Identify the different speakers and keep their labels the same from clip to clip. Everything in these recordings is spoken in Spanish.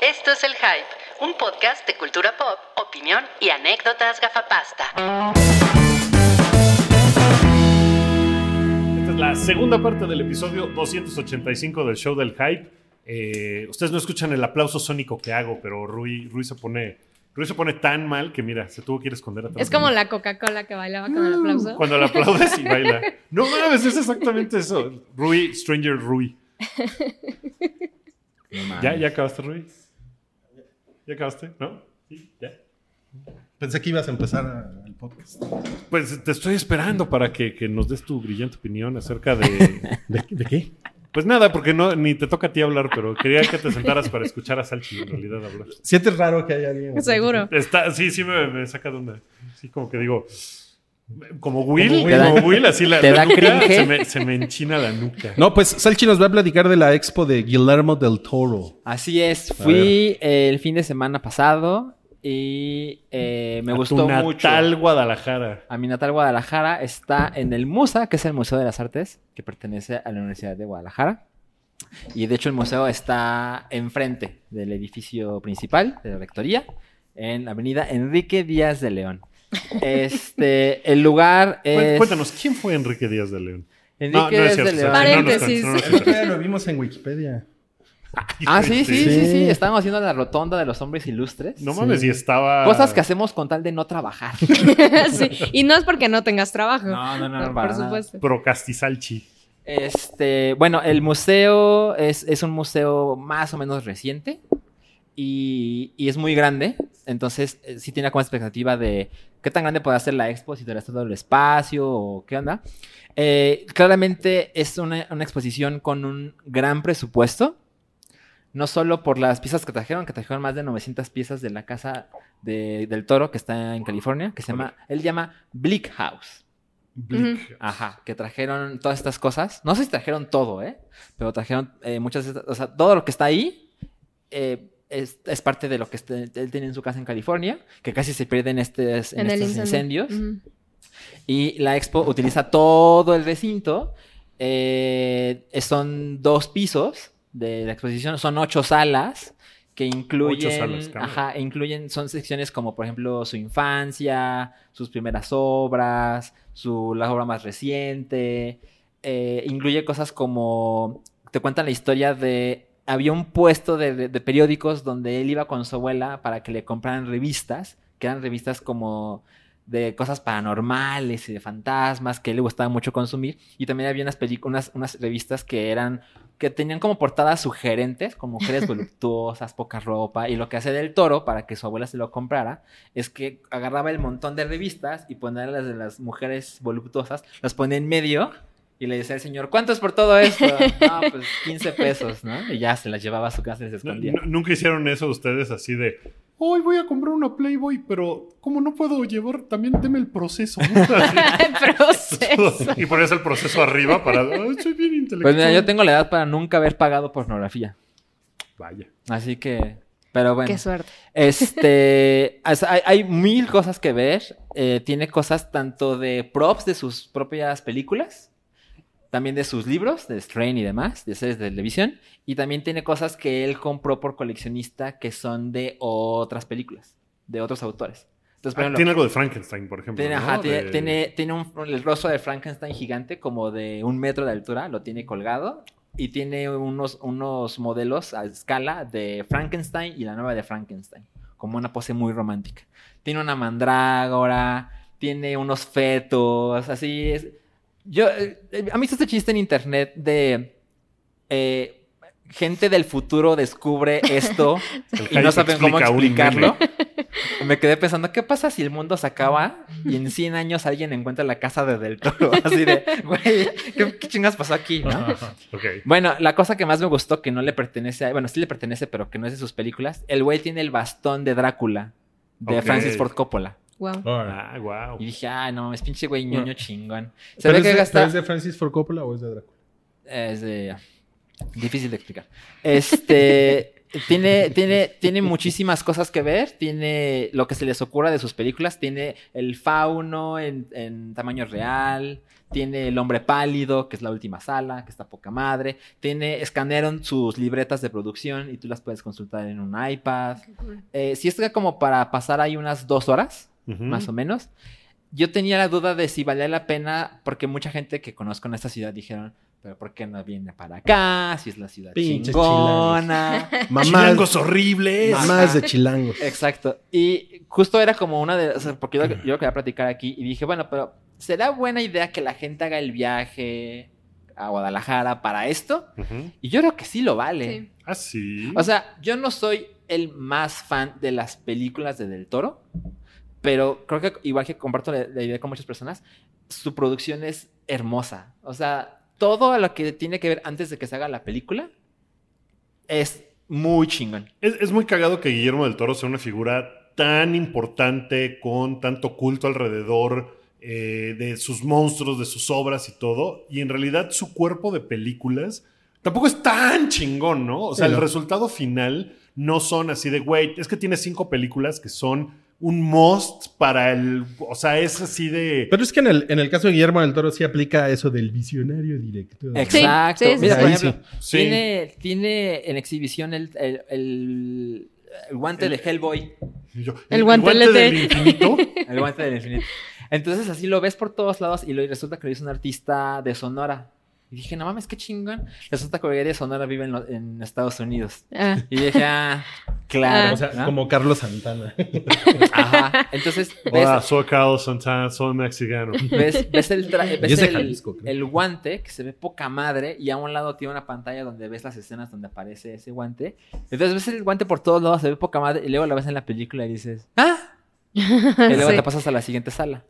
Speaker 1: Esto es El Hype, un podcast de cultura pop, opinión y anécdotas gafapasta.
Speaker 2: Esta es la segunda parte del episodio 285 del show del hype. Eh, ustedes no escuchan el aplauso sónico que hago, pero Rui, Rui se pone. Rui se pone tan mal que mira, se tuvo que ir a esconder atrás.
Speaker 3: Es
Speaker 2: de
Speaker 3: como
Speaker 2: mí.
Speaker 3: la Coca-Cola que bailaba con
Speaker 4: Ah.
Speaker 3: el aplauso.
Speaker 2: Cuando le aplaudes y baila. No mames, es exactamente eso. Rui, Stranger Rui. ¿Ya, ¿Ya acabaste, Rui? ¿Ya acabaste? ¿No? ¿Sí? ¿Ya?
Speaker 5: Pensé que ibas a empezar el podcast.
Speaker 2: Pues te estoy esperando para que, que nos des tu brillante opinión acerca de, de. ¿De qué? Pues nada, porque no, ni te toca a ti hablar, pero quería que te sentaras para escuchar a Salchi en realidad hablar.
Speaker 5: Sientes raro que haya alguien.
Speaker 3: Seguro.
Speaker 2: Está, sí, sí me, me saca de onda. Sí, como que digo. Como Will, como,
Speaker 5: Como Will.
Speaker 4: Te da-
Speaker 2: Will, así la,
Speaker 4: te
Speaker 2: la
Speaker 4: da
Speaker 2: nuca
Speaker 4: cringe.
Speaker 2: se me, se me enchina la nuca.
Speaker 5: No, pues Salchi nos va a platicar de la expo de Guillermo del Toro.
Speaker 4: Así es, fui el fin de semana pasado y eh, me
Speaker 2: A
Speaker 4: gustó
Speaker 2: tu
Speaker 4: mucho.
Speaker 2: natal Guadalajara.
Speaker 4: A mi natal Guadalajara está en el MUSA, que es el Museo de las Artes, que pertenece a la Universidad de Guadalajara. Y de hecho el museo está enfrente del edificio principal de la rectoría, en la avenida Enrique Díaz de León. Este, el lugar
Speaker 2: Cuen-
Speaker 4: es...
Speaker 2: Cuéntanos, ¿quién fue Enrique Díaz de León?
Speaker 4: Enrique
Speaker 2: No, no
Speaker 4: Díaz
Speaker 2: es cierto. o
Speaker 4: de León.
Speaker 2: sea, no nos cuentes,
Speaker 3: Paréntesis.
Speaker 2: no nos
Speaker 5: El otro
Speaker 2: cuentes.
Speaker 5: día lo vimos en Wikipedia.
Speaker 4: Ah, sí, sí, sí, sí,
Speaker 5: Sí.
Speaker 4: Estábamos haciendo la rotonda de los hombres ilustres.
Speaker 2: No mames, y estaba.
Speaker 4: Cosas que hacemos con tal de no trabajar.
Speaker 3: Sí, Y no es porque no tengas trabajo.
Speaker 4: no, no,
Speaker 3: por, por
Speaker 4: para nada. Pues,
Speaker 3: supuesto.
Speaker 2: Procastisalchi.
Speaker 4: Este, bueno, el museo es, es un museo más o menos reciente y, y es muy grande. Entonces, eh, sí tenía como expectativa de qué tan grande puede ser la expo, si te resta todo el espacio o qué onda. Eh, claramente es una, una exposición con un gran presupuesto. No solo por las piezas que trajeron, que trajeron más de 900 piezas de la casa de- del toro que está en California, que se llama, él llama Bleak House.
Speaker 3: Ujú.
Speaker 4: Ajá, que trajeron todas estas cosas. No sé si trajeron todo, ¿eh? Pero trajeron eh, muchas de estas- O sea, todo lo que está ahí eh, es, es parte de lo que este- él tiene en su casa en California, que casi se pierde en, estes- en
Speaker 3: En el
Speaker 4: estos
Speaker 3: incendio.
Speaker 4: incendios. Y la expo utiliza todo el recinto. eh, son dos pisos de la exposición, son ocho salas que incluyen,
Speaker 2: salas, cabrón.
Speaker 4: ajá, incluyen, son secciones como por ejemplo su infancia, sus primeras obras, su la obra más reciente, eh, incluye cosas como te cuentan la historia de había un puesto de, de- de periódicos donde él iba con su abuela para que le compraran revistas, que eran revistas como de cosas paranormales y de fantasmas que a él le gustaba mucho consumir y también había unas películas, unas revistas que eran que tenían como portadas sugerentes, con mujeres voluptuosas, poca ropa y lo que hace del toro para que su abuela se lo comprara es que agarraba el montón de revistas y ponía las de las mujeres voluptuosas, las ponía en medio y le decía al señor, ¿cuánto es por todo esto? No, pues 15 pesos, ¿no? Y ya se las llevaba a su casa y se
Speaker 2: No,
Speaker 4: escondía.
Speaker 2: nu- Nunca hicieron eso ustedes así de. Hoy voy a comprar una Playboy, pero como no puedo llevar, también deme el proceso. ¿no?" Así,
Speaker 3: Proceso.
Speaker 2: y ponías el proceso arriba para. "Ay, soy bien intelectual.
Speaker 4: Pues mira, yo tengo la edad para nunca haber pagado pornografía.
Speaker 2: Vaya.
Speaker 4: Así que, pero bueno.
Speaker 3: Qué suerte.
Speaker 4: Este, o sea, hay, hay mil cosas que ver. Eh, tiene cosas tanto de props de sus propias películas, también de sus libros, de Strain y demás, de series de televisión, y también tiene cosas que él compró por coleccionista que son de otras películas, de otros autores. Entonces, por
Speaker 2: Ah,
Speaker 4: ejemplo,
Speaker 2: tiene algo de Frankenstein, por ejemplo.
Speaker 4: tiene,
Speaker 2: ¿no?
Speaker 4: ajá, tiene,
Speaker 2: De-
Speaker 4: tiene- tiene un, el rostro de Frankenstein gigante, como de un metro de altura, lo tiene colgado. Y tiene unos, unos modelos a escala de Frankenstein y la nueva de Frankenstein, como una pose muy romántica. Tiene una mandrágora, tiene unos fetos, así es. Yo, eh, eh, ¿Han visto este chiste en internet de eh, gente del futuro descubre esto
Speaker 2: el
Speaker 4: y no
Speaker 2: hype
Speaker 4: saben cómo
Speaker 2: explica un
Speaker 4: explicarlo.
Speaker 2: meme.
Speaker 4: Me quedé pensando, ¿qué pasa si el mundo se acaba y en 100 años alguien encuentra la casa de Del Toro? Así de, güey, ¿qué, qué chingas pasó aquí? no?
Speaker 2: Ok.
Speaker 4: Bueno, la cosa que más me gustó que no le pertenece, a, bueno, sí le pertenece, pero que no es de sus películas, el güey tiene el bastón de Drácula de
Speaker 2: Ok.
Speaker 4: Francis Ford Coppola.
Speaker 3: Wow.
Speaker 2: Ah, wow.
Speaker 4: Y dije, ay, no, es pinche güey ñoño chingón. Se
Speaker 5: Mm. ¿Pero
Speaker 4: ve
Speaker 5: es,
Speaker 4: que
Speaker 5: de,
Speaker 4: gasta...
Speaker 5: pero es de Francis Ford Coppola o es de Drácula?
Speaker 4: Es de- Difícil de explicar. Este... Tiene, tiene, tiene muchísimas cosas que ver, tiene lo que se les ocurra de sus películas, tiene el fauno en, en tamaño real, tiene el hombre pálido, que es la última sala, que está poca madre, tiene, escanearon sus libretas de producción y tú las puedes consultar en un iPad. Eh, si está como para pasar ahí unas dos horas,
Speaker 2: Ujú.
Speaker 4: más o menos. Yo tenía la duda de si valía la pena, porque mucha gente que conozco en esta ciudad dijeron, pero ¿por qué no viene para acá? Si es la ciudad
Speaker 5: Pinches
Speaker 4: chingona.
Speaker 5: Mamás,
Speaker 2: Chilangos horribles.
Speaker 5: mamás de chilangos.
Speaker 4: Eh. Exacto. Y justo era como una de... o sea, porque yo, yo lo quería platicar aquí y dije, bueno, pero ¿será buena idea que la gente haga el viaje a Guadalajara para esto?
Speaker 2: Ujú.
Speaker 4: Y yo creo que sí lo vale.
Speaker 3: Sí.
Speaker 2: Ah, sí.
Speaker 4: O sea, yo no soy el más fan de las películas de Del Toro, pero creo que igual que comparto la, la idea con muchas personas, su producción es hermosa. O sea, todo lo que tiene que ver antes de que se haga la película es muy chingón.
Speaker 2: Es, es muy cagado que Guillermo del Toro sea una figura tan importante, con tanto culto alrededor eh, de sus monstruos, de sus obras y todo. Y en realidad su cuerpo de películas tampoco es tan chingón, ¿no? O sea,
Speaker 5: Sí,
Speaker 2: el
Speaker 5: no.
Speaker 2: resultado final no son así de, güey, es que tiene cinco películas que son un must para el... O sea, es así de...
Speaker 5: Pero es que en el, en el caso de Guillermo del Toro sí aplica eso del visionario director.
Speaker 4: Exacto.
Speaker 3: sí, sí,
Speaker 4: Mira,
Speaker 5: sí.
Speaker 4: por
Speaker 5: Ahí
Speaker 4: ejemplo,
Speaker 2: Sí.
Speaker 4: Tiene, tiene en exhibición el, el- el- el guante de Hellboy.
Speaker 2: Y yo,
Speaker 3: El guantelete.
Speaker 2: del infinito.
Speaker 4: El guante del infinito. Entonces así lo ves por todos lados y lo- y resulta que lo hizo un artista de Sonora. Y dije, no mames, qué chingón. Resulta que Olgueria de Sonora vive en, lo- en Estados Unidos.
Speaker 3: Ah,
Speaker 4: Y dije, ah, claro.
Speaker 5: O sea,
Speaker 4: ¿no?
Speaker 5: como Carlos Santana.
Speaker 4: Ajá. Entonces ves,
Speaker 2: Hola, soy Carlos Santana, soy mexicano.
Speaker 4: ves- ves el, tra- ves
Speaker 5: es de
Speaker 4: el-
Speaker 5: Jalisco, creo.
Speaker 4: el guante que se ve poca madre y a un lado tiene una pantalla donde ves las escenas donde aparece ese guante. Entonces ves el guante por todos lados, se ve poca madre y luego la ves en la película y dices, ah, Y luego
Speaker 3: sí.
Speaker 4: te pasas a la siguiente sala.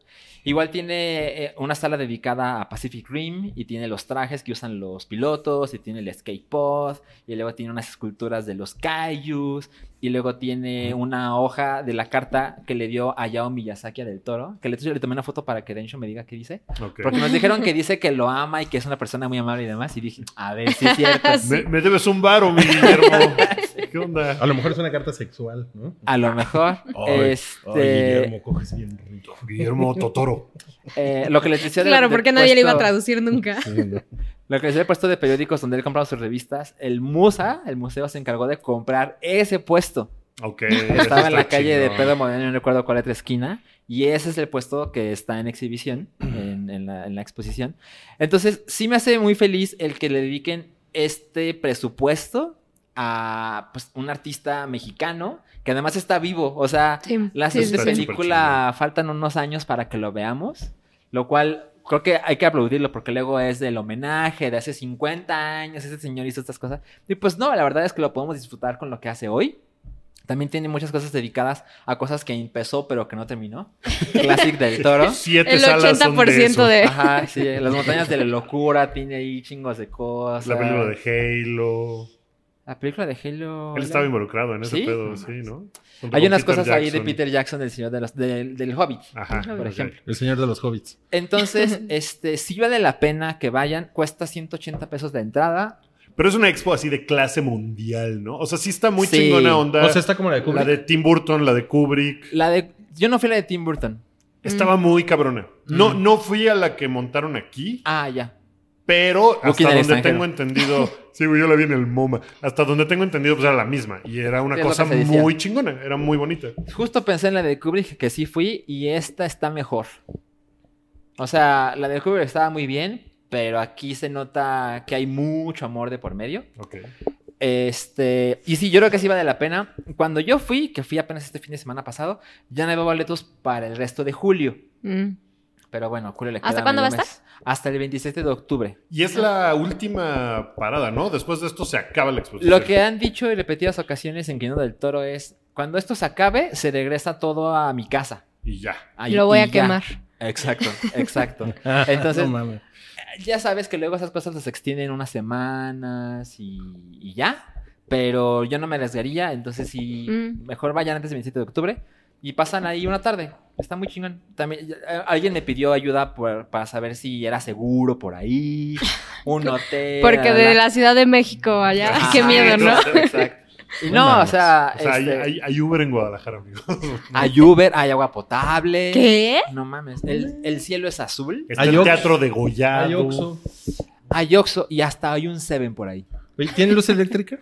Speaker 4: Igual tiene eh, una sala dedicada a Pacific Rim y tiene los trajes que usan los pilotos y tiene el skate pod y luego tiene unas esculturas de los kaijus y luego tiene una hoja de la carta que le dio a Yao Miyazaki a del Toro, que le, yo le tomé una foto para que Densho me diga qué dice,
Speaker 2: Ok.
Speaker 4: porque nos dijeron que dice que lo ama y que es una persona muy amable y demás y dije, a ver, si es cierto.
Speaker 2: Me, me debes un varo, mi Guillermo. ¿Qué onda?
Speaker 5: A lo mejor es una carta sexual, ¿no?
Speaker 4: A lo mejor,
Speaker 5: Ay,
Speaker 4: Ah, este,
Speaker 5: Ay, Guillermo, coges bien rico.
Speaker 2: Guillermo Totoro.
Speaker 4: eh, lo que les decía de-
Speaker 3: Claro,
Speaker 4: de
Speaker 3: porque nadie le iba a
Speaker 4: puesto-
Speaker 3: traducir nunca.
Speaker 5: Sí, no.
Speaker 4: Lo que les había puesto de periódicos donde él compraba sus revistas, el Musa, el museo, se encargó de comprar ese puesto.
Speaker 2: Ok.
Speaker 4: Estaba en la calle de Pedro Moreno, no recuerdo cuál otra esquina, y ese es el puesto que está en exhibición, en, en la, en la exposición. Entonces, sí me hace muy feliz el que le dediquen este presupuesto a pues, un artista mexicano que además está vivo, o sea,
Speaker 3: Sí,
Speaker 4: la
Speaker 3: sí, sí,
Speaker 4: siguiente
Speaker 3: sí.
Speaker 2: Está súper
Speaker 4: película faltan unos años para que lo veamos, lo cual creo que hay que aplaudirlo porque luego es del homenaje de hace 50 años, ese señor hizo estas cosas. Y pues no, la verdad es que lo podemos disfrutar con lo que hace hoy. También tiene muchas cosas dedicadas a cosas que empezó pero que no terminó. Classic del Toro.
Speaker 2: Siete
Speaker 3: El
Speaker 2: salas son de,
Speaker 3: 80%
Speaker 2: eso.
Speaker 3: de...
Speaker 4: Ajá, sí, las montañas de la locura, tiene ahí chingos de cosas.
Speaker 2: La película de Halo.
Speaker 4: La película de Halo.
Speaker 2: Él
Speaker 4: la-
Speaker 2: estaba involucrado en ese
Speaker 4: ¿Sí?
Speaker 2: pedo, sí, ¿no? Junto
Speaker 4: Hay
Speaker 2: con
Speaker 4: unas
Speaker 2: Peter
Speaker 4: cosas ahí de
Speaker 2: Jackson.
Speaker 4: Peter Jackson, del señor de los- del- del Hobbit.
Speaker 2: Ajá,
Speaker 4: por
Speaker 2: ok.
Speaker 4: ejemplo.
Speaker 5: El señor de los hobbits.
Speaker 4: Entonces, este, sí vale la pena que vayan. Cuesta 180 pesos de entrada.
Speaker 2: Pero es una expo así de clase mundial, ¿no? O sea, sí está muy
Speaker 4: Sí.
Speaker 2: chingona onda.
Speaker 5: O sea, está como la de Kubrick.
Speaker 2: La de Tim Burton, la de Kubrick.
Speaker 4: La de, yo no fui a la de Tim Burton.
Speaker 2: Estaba muy cabrona. No,
Speaker 4: Mm.
Speaker 2: no fui a la que montaron aquí,
Speaker 4: Ah, ya.
Speaker 2: pero
Speaker 4: en
Speaker 2: hasta
Speaker 4: el
Speaker 2: donde
Speaker 4: extranjero.
Speaker 2: tengo entendido. sí, güey, yo la vi en el MoMA. Hasta donde tengo entendido, pues era la misma. Y era una
Speaker 4: Sí, es lo
Speaker 2: cosa
Speaker 4: que se decía.
Speaker 2: muy chingona. Era muy bonita.
Speaker 4: Justo pensé en la de Kubrick que sí fui y esta está mejor. O sea, la de Kubrick estaba muy bien, pero aquí se nota que hay mucho amor de por medio.
Speaker 2: Ok.
Speaker 4: Este, y sí, yo creo que sí vale la pena. Cuando yo fui, que fui apenas este fin de semana pasado, ya no había boletos para el resto de julio.
Speaker 3: Mm.
Speaker 4: Pero bueno, a julio le
Speaker 3: ¿Hasta
Speaker 4: queda
Speaker 3: cuándo
Speaker 4: medio
Speaker 3: va a
Speaker 4: mes. Hasta el 27 de octubre.
Speaker 2: Y es la última parada, ¿no? Después de esto se acaba la exposición.
Speaker 4: Lo que han dicho en repetidas ocasiones en Quino del Toro es, cuando esto se acabe, se regresa todo a mi casa.
Speaker 2: Y ya.
Speaker 4: Ahí-
Speaker 3: Lo voy
Speaker 4: Ah, y
Speaker 3: a
Speaker 4: ya.
Speaker 3: quemar.
Speaker 4: Exacto, exacto. Entonces-
Speaker 5: Entonces, Ah, mames.
Speaker 4: ya sabes que luego esas cosas las extienden unas semanas y, y ya, pero yo no me arriesgaría, entonces sí,
Speaker 3: Mm.
Speaker 4: mejor vayan antes del 27 de octubre y pasan ahí una tarde. Está muy chingón. También, eh, alguien me pidió ayuda por- para saber si era seguro por ahí, un hotel.
Speaker 3: Porque
Speaker 4: la-
Speaker 3: de la Ciudad de México allá,
Speaker 4: Ajá,
Speaker 3: qué miedo, ¿no?
Speaker 4: exacto, exacto. Y no,
Speaker 5: mames.
Speaker 4: o sea,
Speaker 2: O sea, hay-
Speaker 4: este,
Speaker 2: hay, hay Uber en Guadalajara, amigos.
Speaker 4: hay Uber, hay agua potable.
Speaker 3: ¿Qué?
Speaker 4: No mames, el, el cielo es azul.
Speaker 2: Está
Speaker 5: Hay
Speaker 2: el
Speaker 5: Ox-
Speaker 2: teatro de Goya.
Speaker 5: Hay Oxxo.
Speaker 4: Hay Oxxo y hasta hay un Seven por ahí.
Speaker 5: Oye, ¿Tiene luz eléctrica?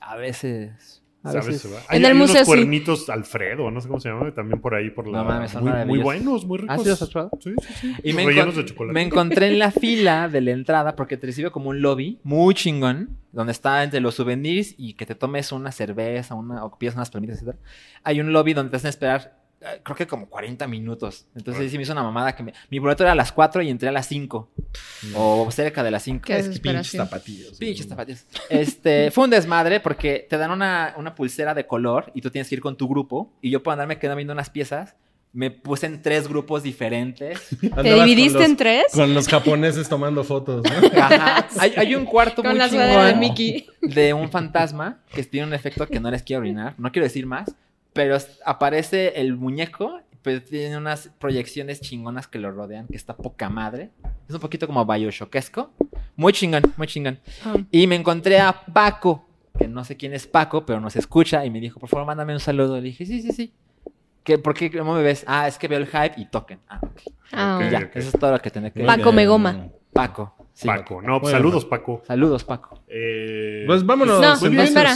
Speaker 4: A veces. A
Speaker 2: ¿Sabes?
Speaker 4: veces.
Speaker 2: Se va. Hay,
Speaker 3: En el
Speaker 2: hay
Speaker 3: museo,
Speaker 2: unos
Speaker 3: sí.
Speaker 2: cuernitos Alfredo, no sé cómo se llama, también por ahí por la
Speaker 4: No mames, son
Speaker 2: muy, muy
Speaker 4: maravillosos.
Speaker 2: buenos, muy ricos.
Speaker 4: ¿Has ido a Oxxo?
Speaker 2: Sí, sí, sí.
Speaker 4: Y
Speaker 2: Los
Speaker 4: me,
Speaker 2: rellenos
Speaker 4: encon-
Speaker 2: de chocolate.
Speaker 4: me encontré en la fila de la entrada porque te recibe como un lobby muy chingón, donde está entre los souvenirs y que te tomes una cerveza, una, o pides unas palomitas, etc. Hay un lobby donde te hacen esperar, eh, creo que como 40 minutos. Entonces sí me hizo una mamada que me- mi boleto era a las 4 y entré a las 5.
Speaker 2: Mm.
Speaker 4: O cerca de las 5.
Speaker 3: Qué desesperación.
Speaker 5: zapatillos.
Speaker 4: Pinches zapatillas. Este, fue un desmadre porque te dan una, una pulsera de color y tú tienes que ir con tu grupo. Y yo por andarme quedando viendo unas piezas, me puse en tres grupos diferentes.
Speaker 3: ¿Te dividiste en tres?
Speaker 5: Con los japoneses tomando fotos, ¿no?
Speaker 4: Ajá. Hay, hay un cuarto
Speaker 3: Con
Speaker 4: muy
Speaker 3: la sudadera de
Speaker 4: chingón
Speaker 3: Mickey.
Speaker 4: de un fantasma que tiene un efecto que no les quiero orinar. No quiero decir más, pero es- aparece el muñeco, pero tiene unas proyecciones chingonas que lo rodean, que está poca madre. Es un poquito como Bioshockesco. Muy chingón, muy chingón. Y me encontré a Paco, que no sé quién es Paco, pero nos escucha y me dijo, por favor, mándame un saludo. Le dije, sí, sí, sí. ¿Qué, ¿Por qué cómo me ves? Ah, es que veo el hype y token. Ah, ok.
Speaker 3: Ah,
Speaker 4: Y ya,
Speaker 2: ok.
Speaker 4: eso es todo lo que tenía que
Speaker 5: Muy
Speaker 4: decir.
Speaker 3: Paco
Speaker 5: bien.
Speaker 3: Megoma.
Speaker 4: Paco. sí.
Speaker 2: Paco. No, pues,
Speaker 5: Bueno.
Speaker 2: saludos, Paco.
Speaker 4: Saludos, Paco.
Speaker 2: Eh,
Speaker 5: Pues vámonos.
Speaker 3: No,
Speaker 5: entonces.
Speaker 3: no, espera.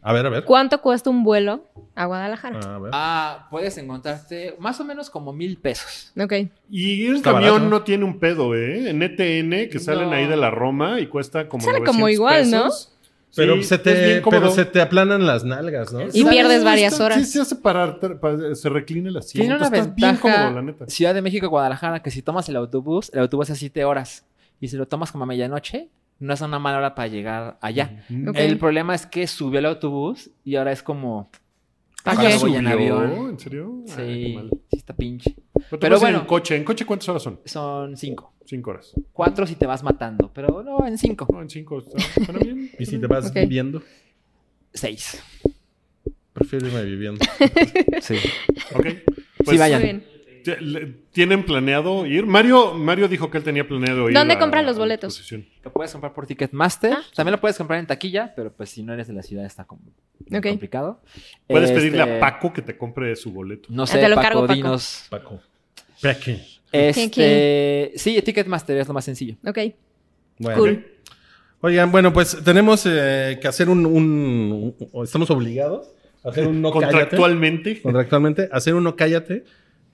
Speaker 5: A ver, a ver.
Speaker 3: ¿Cuánto cuesta un vuelo a Guadalajara?
Speaker 5: A ver.
Speaker 4: Ah, puedes encontrarte más o menos como mil pesos.
Speaker 3: Ok.
Speaker 2: y el
Speaker 5: Está
Speaker 2: camión
Speaker 5: barato, ¿no?
Speaker 2: no tiene un pedo, ¿eh? En ETN, que salen
Speaker 4: No.
Speaker 2: ahí de la Roma y cuesta como.
Speaker 3: Sale
Speaker 2: 900
Speaker 3: como igual, ¿no?
Speaker 2: pesos.
Speaker 5: Pero,
Speaker 2: Sí,
Speaker 5: se
Speaker 2: es
Speaker 5: te,
Speaker 2: bien cómodo.
Speaker 5: pero se te aplanan las nalgas, ¿no?
Speaker 4: Es-
Speaker 3: Y
Speaker 2: ¿Sabes?
Speaker 3: pierdes varias
Speaker 2: Está-
Speaker 3: horas.
Speaker 2: Sí, se hace parar, tra- pa- se reclina el asiento.
Speaker 4: Tiene una
Speaker 2: Estás bien
Speaker 4: ventaja
Speaker 2: cómodo, la neta.
Speaker 4: Ciudad de México, Guadalajara, que si tomas el autobús, el autobús es a 7 horas. Y si lo tomas como a medianoche, no es una mala hora para llegar allá.
Speaker 2: Ujú.
Speaker 3: Ok.
Speaker 4: El problema es que subió el autobús y ahora es como...
Speaker 3: ¿Para
Speaker 4: Ahora
Speaker 3: qué?
Speaker 4: voy en
Speaker 2: Ah, ¿Subió?
Speaker 4: avión.
Speaker 2: ¿En serio? Ah, qué
Speaker 4: Sí,
Speaker 2: mal.
Speaker 4: sí está pinche.
Speaker 2: Pero,
Speaker 4: Pero
Speaker 2: bueno. En
Speaker 4: bueno.
Speaker 2: coche. ¿En coche cuántas horas son?
Speaker 4: Son 5.
Speaker 2: Cinco horas.
Speaker 4: 4 si te vas matando, pero no, en 5.
Speaker 2: No, en cinco. está- Suena bien.
Speaker 5: Y si te vas
Speaker 3: Ok.
Speaker 5: viviendo,
Speaker 4: 6.
Speaker 5: prefiero irme viviendo.
Speaker 4: Sí.
Speaker 2: Ok.
Speaker 4: sí,
Speaker 2: Pues,
Speaker 4: vayan.
Speaker 3: Muy bien.
Speaker 2: ¿t- le- ¿Tienen planeado ir? Mario, Mario dijo que él tenía planeado ir.
Speaker 3: ¿Dónde
Speaker 2: a-
Speaker 3: compran los
Speaker 2: a la
Speaker 3: boletos?
Speaker 2: exposición.
Speaker 4: Lo puedes comprar por Ticketmaster.
Speaker 3: Ah.
Speaker 4: También lo puedes comprar en taquilla, pero pues si no eres de la ciudad está com-
Speaker 3: Ok.
Speaker 4: complicado.
Speaker 2: Puedes
Speaker 4: Este,
Speaker 2: pedirle a Paco que te compre su boleto.
Speaker 4: No
Speaker 3: Ah,
Speaker 4: sé,
Speaker 3: te lo
Speaker 4: Paco,
Speaker 3: cargo, Paco.
Speaker 4: dinos.
Speaker 5: Paco. Paco.
Speaker 4: Este, sí, Ticketmaster es lo más sencillo.
Speaker 3: Ok.
Speaker 5: Bueno.
Speaker 3: Cool.
Speaker 5: Oigan, bueno, pues tenemos eh, que hacer un, un- un- Estamos obligados a hacer un no cállate.
Speaker 2: Contractualmente.
Speaker 5: Contractualmente, hacer un no cállate.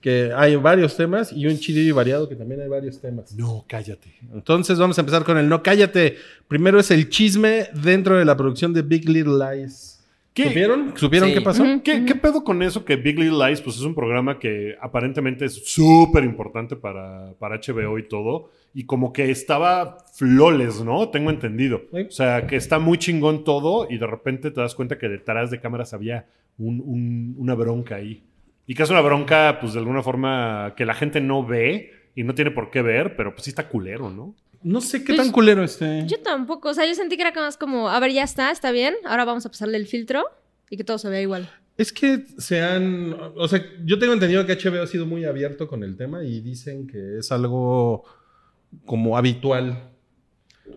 Speaker 5: Que hay varios temas y un chido y variado que también hay varios temas.
Speaker 2: No, cállate.
Speaker 5: Entonces vamos a empezar con el no cállate. Primero es el chisme dentro de la producción de Big Little Lies.
Speaker 2: ¿Qué?
Speaker 5: ¿Supieron? ¿Supieron
Speaker 4: Sí.
Speaker 5: qué pasó?
Speaker 3: Ujú.
Speaker 2: ¿Qué, qué pedo con eso que Big Little Lies pues es un programa que aparentemente es súper importante para, para HBO y todo? Y como que estaba flores, ¿no? Tengo entendido.
Speaker 5: Sí.
Speaker 2: O sea, que está muy chingón todo y de repente te das cuenta que detrás de cámaras había un- un- una bronca ahí. Y que es una bronca, pues de alguna forma, que la gente no ve y no tiene por qué ver, pero pues sí está culero, ¿no?
Speaker 5: No sé qué
Speaker 3: Pues,
Speaker 5: tan culero este.
Speaker 3: Yo tampoco. O sea, yo sentí que era más como, a ver, ya está, está bien. Ahora vamos a pasarle el filtro y que todo se vea igual.
Speaker 5: Es que se han. O sea, yo tengo entendido que HBO ha sido muy abierto con el tema y dicen que es algo como habitual.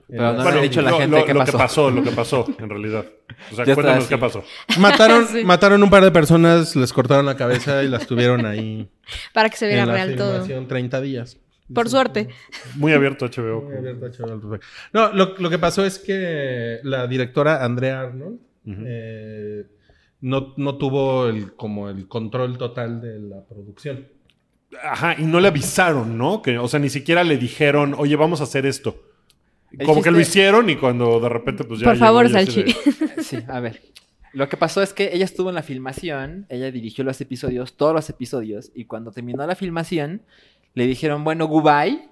Speaker 4: Pero
Speaker 5: Eh,
Speaker 4: no le han dicho a la
Speaker 2: lo,
Speaker 4: gente
Speaker 2: lo-
Speaker 4: qué
Speaker 2: lo que
Speaker 4: pasó.
Speaker 2: pasó, lo que pasó, en realidad. O sea,
Speaker 4: Yo estaba
Speaker 2: cuéntanos
Speaker 4: así.
Speaker 2: qué pasó.
Speaker 5: mataron,
Speaker 3: Sí.
Speaker 5: mataron un par de personas, les cortaron la cabeza y las tuvieron ahí.
Speaker 3: Para que se viera
Speaker 5: en la
Speaker 3: real todo.
Speaker 5: filmación 30 días.
Speaker 3: Por suerte.
Speaker 2: Muy abierto HBO.
Speaker 5: Muy abierto a Chabelo al respecto. No, lo, lo que pasó es que la directora Andrea Arnold
Speaker 2: Ujú.
Speaker 5: eh, no, no tuvo el, como el control total de la producción.
Speaker 2: Ajá, y no le avisaron, ¿no? Que, o sea, ni siquiera le dijeron, oye, vamos a hacer esto.
Speaker 4: El
Speaker 2: Como que
Speaker 4: chiste-
Speaker 2: lo hicieron y cuando de repente, pues ya.
Speaker 3: Por
Speaker 2: llegó
Speaker 3: favor,
Speaker 2: y así de-
Speaker 3: Salchi.
Speaker 4: Sí, a ver. Lo que pasó es que ella estuvo en la filmación, ella dirigió los episodios, todos los episodios, y cuando terminó la filmación, le dijeron, bueno, goodbye,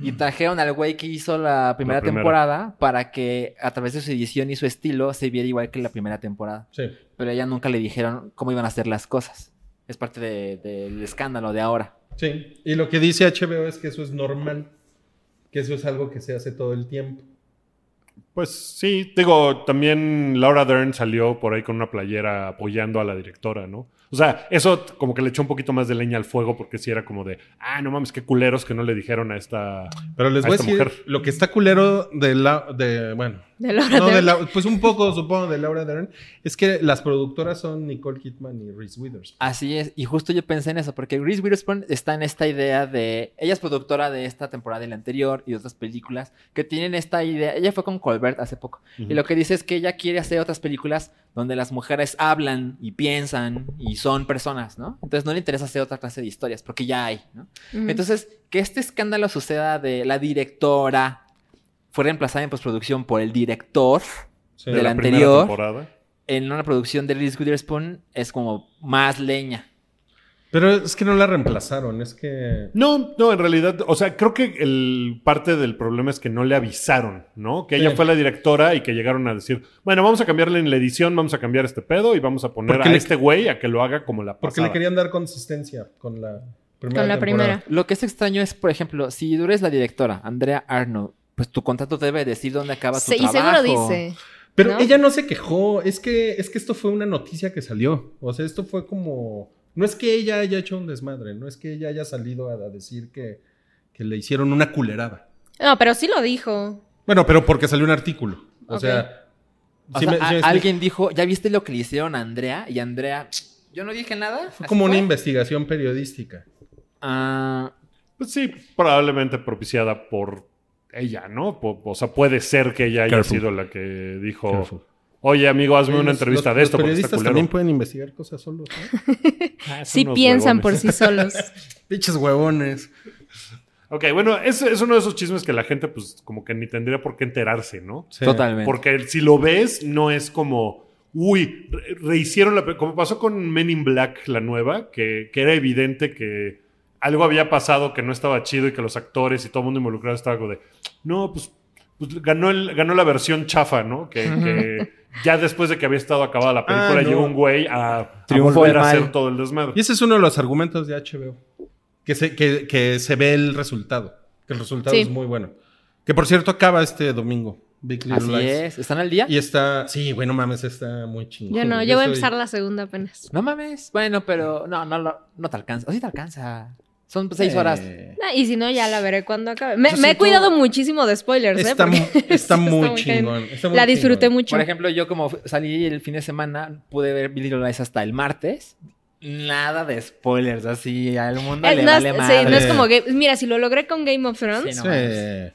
Speaker 4: y trajeron al güey que hizo la primera,
Speaker 2: primera.
Speaker 4: temporada para que a través de su edición y su estilo se viera igual que la primera temporada.
Speaker 5: Sí.
Speaker 4: Pero a ella nunca le dijeron cómo iban a hacer las cosas. Es parte de- del escándalo de ahora.
Speaker 5: Sí. Y lo que dice HBO es que eso es normal, que eso es algo que se hace todo el tiempo.
Speaker 2: Pues sí, digo, también Laura Dern salió por ahí con una playera apoyando a la directora, ¿no? O sea, eso como que le echó un poquito más de leña al fuego porque sí era como de, ah, no mames, qué culeros que no le dijeron a esta...
Speaker 5: Pero les
Speaker 2: A
Speaker 5: voy a
Speaker 2: esta
Speaker 5: decir,
Speaker 2: mujer.
Speaker 5: lo que está culero de la, de, bueno,
Speaker 3: De Laura
Speaker 5: no, de
Speaker 3: Dern.
Speaker 5: la- pues un poco supongo de Laura Dern, es que las productoras son Nicole Kidman y Reese Witherspoon.
Speaker 4: Así es, y justo yo pensé en eso, porque Reese Witherspoon está en esta idea de. Ella es productora de esta temporada y la anterior y de otras películas que tienen esta idea. Ella fue con Colbert hace poco, y lo que dice es que ella quiere hacer otras películas donde las mujeres hablan y piensan y son personas, ¿no? Entonces no le interesa hacer otra clase de historias, porque ya hay, ¿no?
Speaker 3: Ujú.
Speaker 4: Entonces, que este escándalo suceda de la directora fue reemplazada en postproducción por el director
Speaker 5: Sí.
Speaker 4: de
Speaker 2: primera
Speaker 4: la anterior.
Speaker 2: temporada.
Speaker 4: en una producción de Reese Witherspoon es como más leña.
Speaker 5: Pero es que no la reemplazaron, es que...
Speaker 2: No, no, en realidad, o sea, creo que el parte del problema es que no le avisaron, ¿no? Que ella
Speaker 5: Sí.
Speaker 2: fue la directora y que llegaron a decir, bueno, vamos a cambiarle en la edición, vamos a cambiar este pedo y vamos a poner
Speaker 5: Porque
Speaker 2: a
Speaker 5: le-
Speaker 2: este güey a que lo haga como la
Speaker 5: Porque
Speaker 2: pasada.
Speaker 5: le querían dar consistencia con la primera.
Speaker 3: Con la
Speaker 5: temporada.
Speaker 3: primera.
Speaker 4: Lo que es extraño es, por ejemplo, si tú eres la directora, Andrea Arnold, pues tu contrato debe decir dónde acaba tu
Speaker 3: Sí, y
Speaker 4: trabajo.
Speaker 3: seguro dice.
Speaker 5: Pero
Speaker 3: ¿No?
Speaker 5: ella no se quejó, es que, es que esto fue una noticia que salió. O sea, esto fue como... No es que ella haya hecho un desmadre, no es que ella haya salido a, a decir que, que le hicieron una culerada.
Speaker 3: No, pero sí lo dijo.
Speaker 5: Bueno, pero porque salió un artículo. O
Speaker 3: Ok.
Speaker 5: sea...
Speaker 4: O
Speaker 5: sí
Speaker 4: sea,
Speaker 5: me-
Speaker 4: a-
Speaker 5: sí me-
Speaker 4: alguien dijo, ¿ya viste lo que le hicieron a Andrea? Y Andrea, yo no dije nada.
Speaker 5: Fue
Speaker 4: ¿así
Speaker 5: como una
Speaker 4: fue?
Speaker 5: investigación periodística.
Speaker 4: Ah,
Speaker 2: Pues sí, probablemente propiciada por ella, ¿no? Po- o sea, puede ser que ella haya
Speaker 5: Careful.
Speaker 2: sido la que dijo,
Speaker 5: Careful.
Speaker 2: oye, amigo, hazme
Speaker 5: Oye,
Speaker 2: una
Speaker 5: los-
Speaker 2: entrevista
Speaker 5: los-
Speaker 2: de esto
Speaker 5: Los
Speaker 2: porque está
Speaker 5: periodistas
Speaker 2: culero.
Speaker 5: también pueden investigar cosas solos, ¿no?
Speaker 2: Ah, son
Speaker 3: Sí
Speaker 2: unos
Speaker 3: piensan por
Speaker 2: huevones.
Speaker 3: sí solos.
Speaker 5: Pinches huevones.
Speaker 2: Ok, bueno, es, es uno de esos chismes que la gente, pues, como que ni tendría por qué enterarse, ¿no?
Speaker 5: Sí.
Speaker 4: totalmente.
Speaker 2: Porque si lo ves, no es como, uy, re- rehicieron la. pe- Como pasó con Men in Black, la nueva, que, que era evidente que algo había pasado que no estaba chido y que los actores y todo el mundo involucrado estaba como de, no, pues, pues ganó, el, ganó la versión chafa, ¿no? Que, que ya después de que había estado acabada la película,
Speaker 5: Ah, no.
Speaker 2: llegó un güey a, a
Speaker 4: Triunfo
Speaker 2: volver
Speaker 4: del
Speaker 2: a
Speaker 4: mal.
Speaker 2: hacer todo el desmadre.
Speaker 5: Y ese es uno de los argumentos de HBO. Que se, que, que se ve el resultado. Que el resultado
Speaker 3: Sí.
Speaker 5: es muy bueno. Que por cierto acaba este domingo. Big Little
Speaker 4: Así
Speaker 5: Lies.
Speaker 4: es. ¿Están al día?
Speaker 5: Y está. Sí, bueno, mames, está muy chingón.
Speaker 3: Yo no, yo voy a
Speaker 5: soy-
Speaker 3: empezar la segunda apenas.
Speaker 4: No mames. Bueno, pero no, no, lo- no te alcanza. O sí te alcanza. Son Pues seis
Speaker 5: Eh,
Speaker 4: horas.
Speaker 3: Ah, y si no, ya la veré cuando acabe. Me,
Speaker 5: Yo
Speaker 3: me he
Speaker 5: siento-
Speaker 3: cuidado muchísimo de spoilers, ¿eh?
Speaker 5: Está, mu-
Speaker 3: Porque
Speaker 5: está muy
Speaker 3: cañón.
Speaker 5: chingón. está muy
Speaker 3: La disfruté
Speaker 5: chingón.
Speaker 3: mucho.
Speaker 4: Por ejemplo, yo como fu- salí el fin de semana, pude ver Billy Lies hasta el martes. Nada de spoilers, así al mundo
Speaker 3: Es-
Speaker 4: le
Speaker 3: no,
Speaker 4: vale
Speaker 3: es- sí,
Speaker 4: madre.
Speaker 3: no es como que. Mira, si lo logré con Game of
Speaker 4: Sí,
Speaker 3: Thrones.
Speaker 4: no.
Speaker 5: Sí.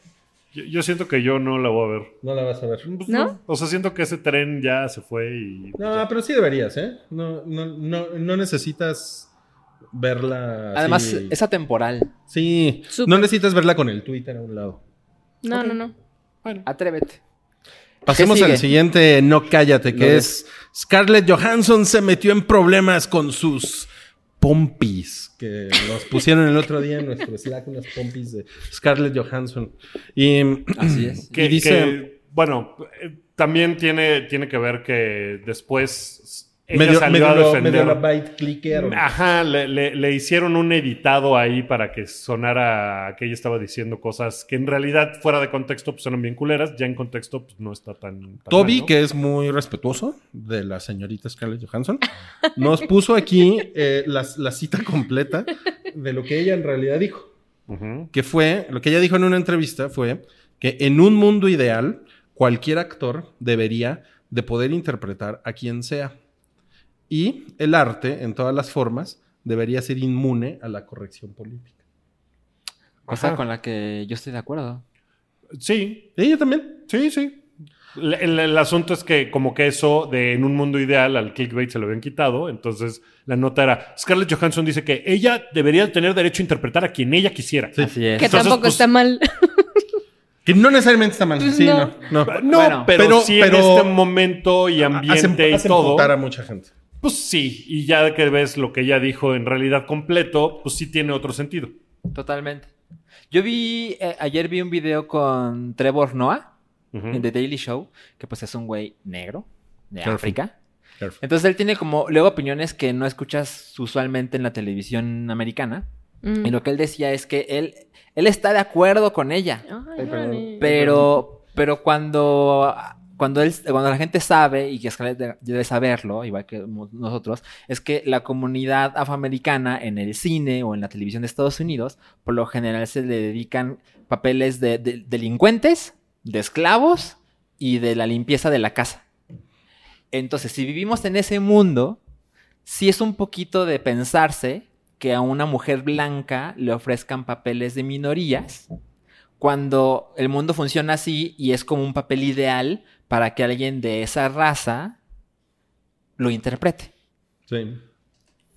Speaker 2: Yo, yo siento que yo no la voy a ver.
Speaker 5: No la vas a ver.
Speaker 2: Pues
Speaker 3: ¿No?
Speaker 2: O sea, siento que ese tren ya se fue y.
Speaker 5: No, pero sí deberías, ¿eh? No, no, no, no necesitas verla. así.
Speaker 4: Además, es atemporal.
Speaker 5: Sí,
Speaker 3: Súper.
Speaker 5: no necesitas verla con el Twitter a un lado.
Speaker 3: No, no, no.
Speaker 4: Atrévete.
Speaker 5: Pasemos
Speaker 4: ¿Qué sigue?
Speaker 5: al siguiente No Cállate,
Speaker 4: Lo
Speaker 5: que
Speaker 4: de-
Speaker 5: es Scarlett Johansson se metió en problemas con sus pompis, que nos pusieron el otro día en nuestro Slack unas pompis de Scarlett Johansson. Y
Speaker 4: Así es.
Speaker 2: Que,
Speaker 5: Y dice-
Speaker 2: que, bueno, eh, también tiene, tiene que ver que después ella
Speaker 5: medio,
Speaker 2: salió
Speaker 5: medio,
Speaker 2: a
Speaker 5: lo-
Speaker 2: defender. Ah,
Speaker 5: medio la bite cliquearon.
Speaker 2: Ajá, le, le- le hicieron un editado ahí para que sonara que ella estaba diciendo cosas que en realidad fuera de contexto pues eran bien culeras, ya en contexto pues no está tan... tan
Speaker 5: Toby,
Speaker 2: mal, ¿no?
Speaker 5: que es muy respetuoso de la señorita Scarlett Johansson, nos puso aquí eh, la, la cita completa de lo que ella en realidad dijo.
Speaker 2: Ujú.
Speaker 5: que fue, lo que ella dijo en una entrevista fue que en un mundo ideal, cualquier actor debería de poder interpretar a quien sea. Y el arte, en todas las formas, debería ser inmune a la corrección política.
Speaker 4: Cosa
Speaker 2: Ajá.
Speaker 4: con la que yo estoy de acuerdo.
Speaker 2: Sí,
Speaker 5: Ella también.
Speaker 2: sí, sí. Le- El, el asunto es que como que eso de en un mundo ideal al clickbait se lo habían quitado, entonces la nota era, Scarlett Johansson dice que ella debería tener derecho a interpretar a quien ella quisiera.
Speaker 4: Así es.
Speaker 3: Que
Speaker 2: Entonces,
Speaker 3: tampoco
Speaker 2: pues,
Speaker 3: está mal.
Speaker 5: Que no necesariamente está mal.
Speaker 3: Pues
Speaker 5: sí,
Speaker 3: no.
Speaker 5: no. no.
Speaker 2: No,
Speaker 4: Bueno,
Speaker 2: pero,
Speaker 5: pero-
Speaker 2: sí
Speaker 5: pero-
Speaker 2: en este momento y ambiente
Speaker 5: Hacen-
Speaker 2: y
Speaker 5: hacen
Speaker 2: todo.
Speaker 5: putar a mucha gente.
Speaker 2: Pues sí, y ya que ves lo que ella dijo en realidad completo, pues sí tiene otro sentido.
Speaker 4: Totalmente. Yo vi, eh, ayer vi un video con Trevor Noah
Speaker 2: Ujú.
Speaker 4: en The Daily Show, que pues es un güey negro de
Speaker 5: Claro.
Speaker 4: África. Entonces él tiene como luego opiniones que no escuchas usualmente en la televisión americana.
Speaker 3: Mm.
Speaker 4: Y lo que él decía es que él, él está de acuerdo con ella.
Speaker 3: Ay,
Speaker 5: Ay, perdón.
Speaker 3: órale.
Speaker 4: Pero, Pero cuando, cuando, él, cuando la gente sabe, y que Scarlett de- debe saberlo, igual que mo- nosotros, es que la comunidad afroamericana en el cine o en la televisión de Estados Unidos, por lo general se le dedican papeles de, de- delincuentes, de esclavos y de la limpieza de la casa. Entonces, si vivimos en ese mundo, sí es un poquito de pensarse que a una mujer blanca le ofrezcan papeles de minorías cuando el mundo funciona así y es como un papel ideal para que alguien de esa raza lo interprete.
Speaker 5: Sí.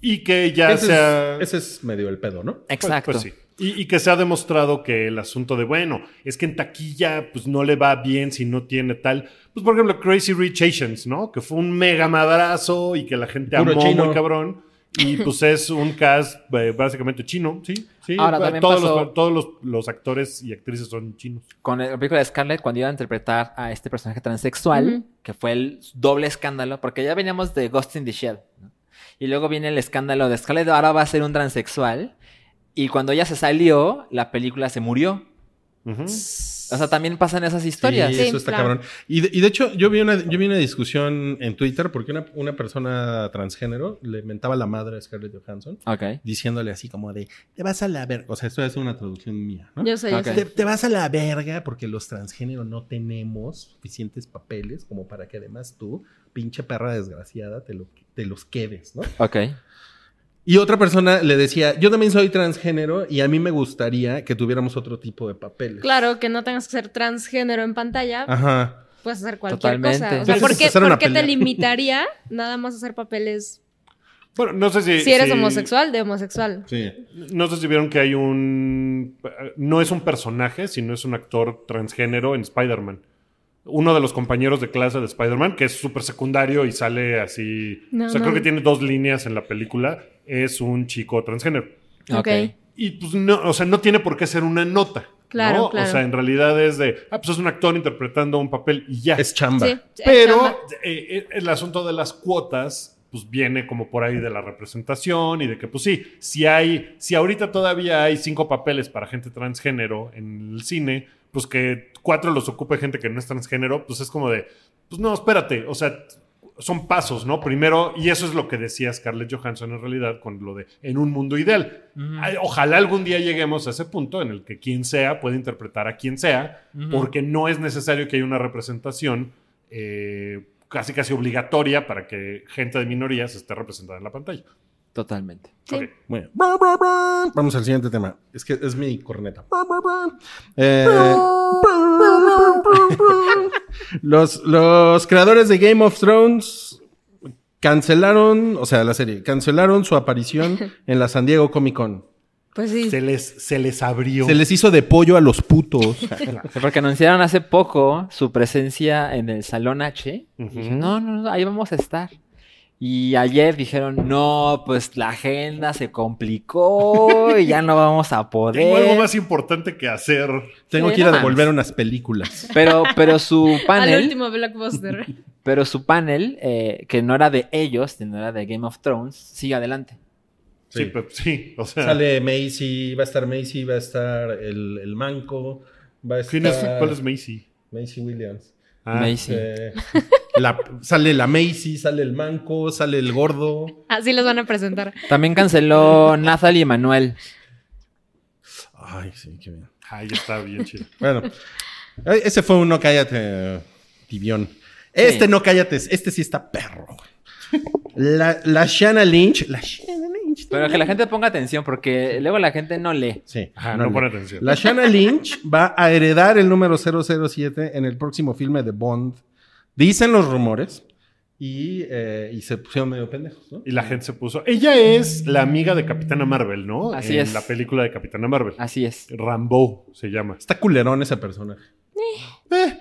Speaker 2: Y que ya
Speaker 5: ese,
Speaker 2: sea...
Speaker 5: es, ese es medio el pedo, ¿no?
Speaker 2: Pues-
Speaker 4: Exacto.
Speaker 2: pues sí. Y, y que se ha demostrado que el asunto de, bueno, es que en taquilla pues no le va bien si no tiene tal. Pues por ejemplo, Crazy Rich Asians, ¿no? Que fue un mega madrazo y que la gente
Speaker 5: Puro
Speaker 2: amó
Speaker 5: chino.
Speaker 2: muy cabrón. Y pues es un cast eh, básicamente chino, sí, sí.
Speaker 4: Ahora
Speaker 2: Eh,
Speaker 4: también
Speaker 2: todos
Speaker 4: pasó-
Speaker 2: los, todos los, los actores y actrices son chinos.
Speaker 4: Con el- la película de Scarlett, cuando iba a interpretar a este personaje transexual,
Speaker 3: Ujú.
Speaker 4: que fue el doble escándalo, porque ya veníamos de Ghost in the Shell. ¿no? Y luego viene el escándalo de Scarlett, ahora va a ser un transexual. Y cuando ella se salió, la película se murió.
Speaker 2: Ujú.
Speaker 4: O sea, también pasan esas historias.
Speaker 5: Sí,
Speaker 3: Sí,
Speaker 5: eso está
Speaker 3: claro.
Speaker 5: cabrón. Y de, y de hecho, yo vi, una, yo vi una discusión en Twitter porque una, una persona transgénero le mentaba la madre a Scarlett Johansson
Speaker 4: Ok.
Speaker 5: diciéndole así como de, te vas a la verga. O sea, esto es una traducción mía, ¿no?
Speaker 3: Yo sé, yo
Speaker 4: Ok.
Speaker 5: te,
Speaker 3: sé.
Speaker 5: te vas a la verga porque los transgéneros no tenemos suficientes papeles como para que además tú, pinche perra desgraciada, te, lo- te los quedes, ¿no?
Speaker 4: Ok.
Speaker 5: Y otra persona le decía, yo también soy transgénero y a mí me gustaría que tuviéramos otro tipo de papeles.
Speaker 3: Claro, que no tengas que ser transgénero en pantalla,
Speaker 5: Ajá.
Speaker 3: puedes hacer cualquier
Speaker 4: Ah, Totalmente.
Speaker 3: cosa. O sea,
Speaker 5: Entonces,
Speaker 3: ¿por qué,
Speaker 5: hacer una
Speaker 3: por qué te
Speaker 5: pelea.
Speaker 3: limitaría nada más a hacer papeles
Speaker 2: Bueno, no sé si...
Speaker 3: si eres
Speaker 2: si-
Speaker 3: homosexual, de homosexual?
Speaker 5: Sí.
Speaker 2: No sé si vieron que hay un... No es un personaje, sino es un actor transgénero en Spider-Man. Uno de los compañeros de clase de Spider-Man, que es súper secundario y sale así...
Speaker 3: No,
Speaker 2: o sea,
Speaker 3: no.
Speaker 2: creo que tiene dos líneas en la película. Es un chico transgénero.
Speaker 4: Ok.
Speaker 3: Ok.
Speaker 2: Y pues no, o sea, no tiene por qué ser una nota.
Speaker 3: Claro,
Speaker 2: ¿no?
Speaker 3: claro.
Speaker 2: O sea, en realidad es de... Ah, pues es un actor interpretando un papel y ya.
Speaker 5: Es chamba.
Speaker 3: Sí, chamba.
Speaker 2: Pero eh, eh, el asunto de las cuotas, pues viene como por ahí de la representación y de que, pues sí, si hay, si ahorita todavía hay cinco papeles para gente transgénero en el cine, pues que cuatro los ocupe gente que no es transgénero, pues es como de, pues no, espérate, o sea, son pasos, ¿no? Primero, y eso es lo que decía Scarlett Johansson en realidad con lo de en un mundo ideal.
Speaker 4: Ujú.
Speaker 2: Ay, Ojalá algún día lleguemos a ese punto en el que quien sea puede interpretar a quien sea,
Speaker 4: Ujú.
Speaker 2: porque no es necesario que haya una representación eh, casi casi obligatoria para que gente de minorías esté representada en la pantalla.
Speaker 4: Totalmente.
Speaker 3: Sí.
Speaker 2: Ok.
Speaker 5: Bueno. Brr, brr, brr. Vamos al siguiente tema. Es que es mi corneta. Brr, brr, brr. Eh, brr, brr, brr, brr. los, los creadores de Game of Thrones cancelaron, o sea, la serie, cancelaron su aparición en la San Diego Comic Con.
Speaker 3: Pues sí.
Speaker 2: Se, les, se les abrió.
Speaker 5: Se les hizo de pollo a los putos.
Speaker 4: Sí, Porque anunciaron hace poco su presencia en el Salón H. Y dije,
Speaker 2: Ujú.
Speaker 4: no, no, no, ahí vamos a estar. Y ayer dijeron, no, pues la agenda se complicó y ya no vamos a
Speaker 2: Tengo algo
Speaker 4: poder.
Speaker 2: más importante que hacer.
Speaker 5: Tengo
Speaker 3: Sí,
Speaker 5: que ir
Speaker 4: no
Speaker 5: a
Speaker 4: mames.
Speaker 5: devolver unas películas.
Speaker 4: Pero, pero su
Speaker 3: Al
Speaker 4: panel,
Speaker 3: último blockbuster.
Speaker 4: pero su panel, eh, que no era de ellos, sino era de Game of Thrones, sigue adelante.
Speaker 2: Sí,
Speaker 5: Sí.
Speaker 2: pero- sí, o sea.
Speaker 5: Sale Macy, va a estar Macy, va a estar el, el manco, va a estar...
Speaker 2: ¿quién es- ¿Cuál es Macy?
Speaker 5: Macy Williams.
Speaker 2: Ah,
Speaker 4: Macy.
Speaker 5: Eh, la- sale la Macy, sale el manco, sale el gordo.
Speaker 3: Así los van a presentar.
Speaker 4: También canceló Nathalie Manuel.
Speaker 5: Ay, sí, qué bien.
Speaker 2: Ay, está bien chido.
Speaker 5: Bueno, eh, ese fue un no cállate eh, tibión. Este no cállate, este sí está perro. La, la Shanna Lynch. La Shanna Lynch.
Speaker 4: Pero que la gente ponga atención porque luego la gente no lee.
Speaker 5: Sí,
Speaker 2: Ajá,
Speaker 5: no
Speaker 2: Ah, no
Speaker 5: le-
Speaker 2: pone atención.
Speaker 5: La Shanna Lynch va a heredar el número 007 en el próximo filme de Bond. Dicen los rumores. Y, eh, y se pusieron medio pendejos, ¿no?
Speaker 2: Y la gente se puso. Ella es la amiga de Capitana Marvel, ¿no?
Speaker 4: Así
Speaker 2: en
Speaker 4: es.
Speaker 2: La película de Capitana Marvel.
Speaker 4: Así es.
Speaker 2: Rambo se llama.
Speaker 5: Está culerón esa persona.
Speaker 4: Eh.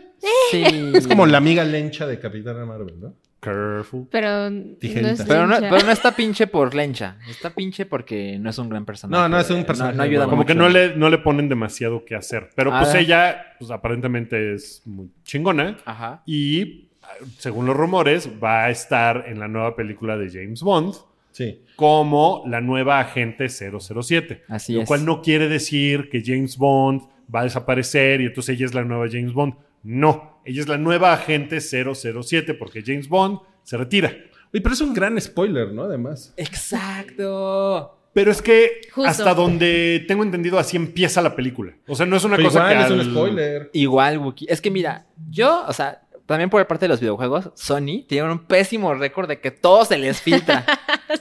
Speaker 4: Sí.
Speaker 5: Es como la amiga lencha de Capitana Marvel, ¿no?
Speaker 2: Careful.
Speaker 3: Pero
Speaker 5: Tijerita.
Speaker 3: no es
Speaker 4: Pero no,
Speaker 3: lincha.
Speaker 4: pero no está pinche por lencha. Está pinche porque no es un gran personaje.
Speaker 5: No, no es un personaje
Speaker 4: No, ayuda
Speaker 5: bueno.
Speaker 2: Como
Speaker 4: mucho.
Speaker 2: que no le, no le ponen demasiado que hacer. Pero
Speaker 4: Ah.
Speaker 2: pues ella, pues aparentemente es muy chingona.
Speaker 4: Ajá.
Speaker 2: Y según los rumores, va a estar en la nueva película de James Bond
Speaker 5: Sí.
Speaker 2: como la nueva agente 007.
Speaker 4: Así
Speaker 2: lo
Speaker 4: es.
Speaker 2: cual no quiere decir que James Bond va a desaparecer y entonces ella es la nueva James Bond. No, ella es la nueva agente 007 porque James Bond se retira.
Speaker 5: Oye, pero es un gran spoiler, ¿no? Además.
Speaker 4: Exacto.
Speaker 2: Pero es que
Speaker 3: Justo.
Speaker 2: hasta donde tengo entendido, así empieza la película. O sea, no es una
Speaker 5: Pero
Speaker 2: cosa
Speaker 5: igual
Speaker 2: que
Speaker 5: es
Speaker 2: al-
Speaker 5: un spoiler.
Speaker 4: Igual, Wookie. Es que mira, yo, o sea, también por parte de los videojuegos, Sony tiene un pésimo récord de que todo se les filtra.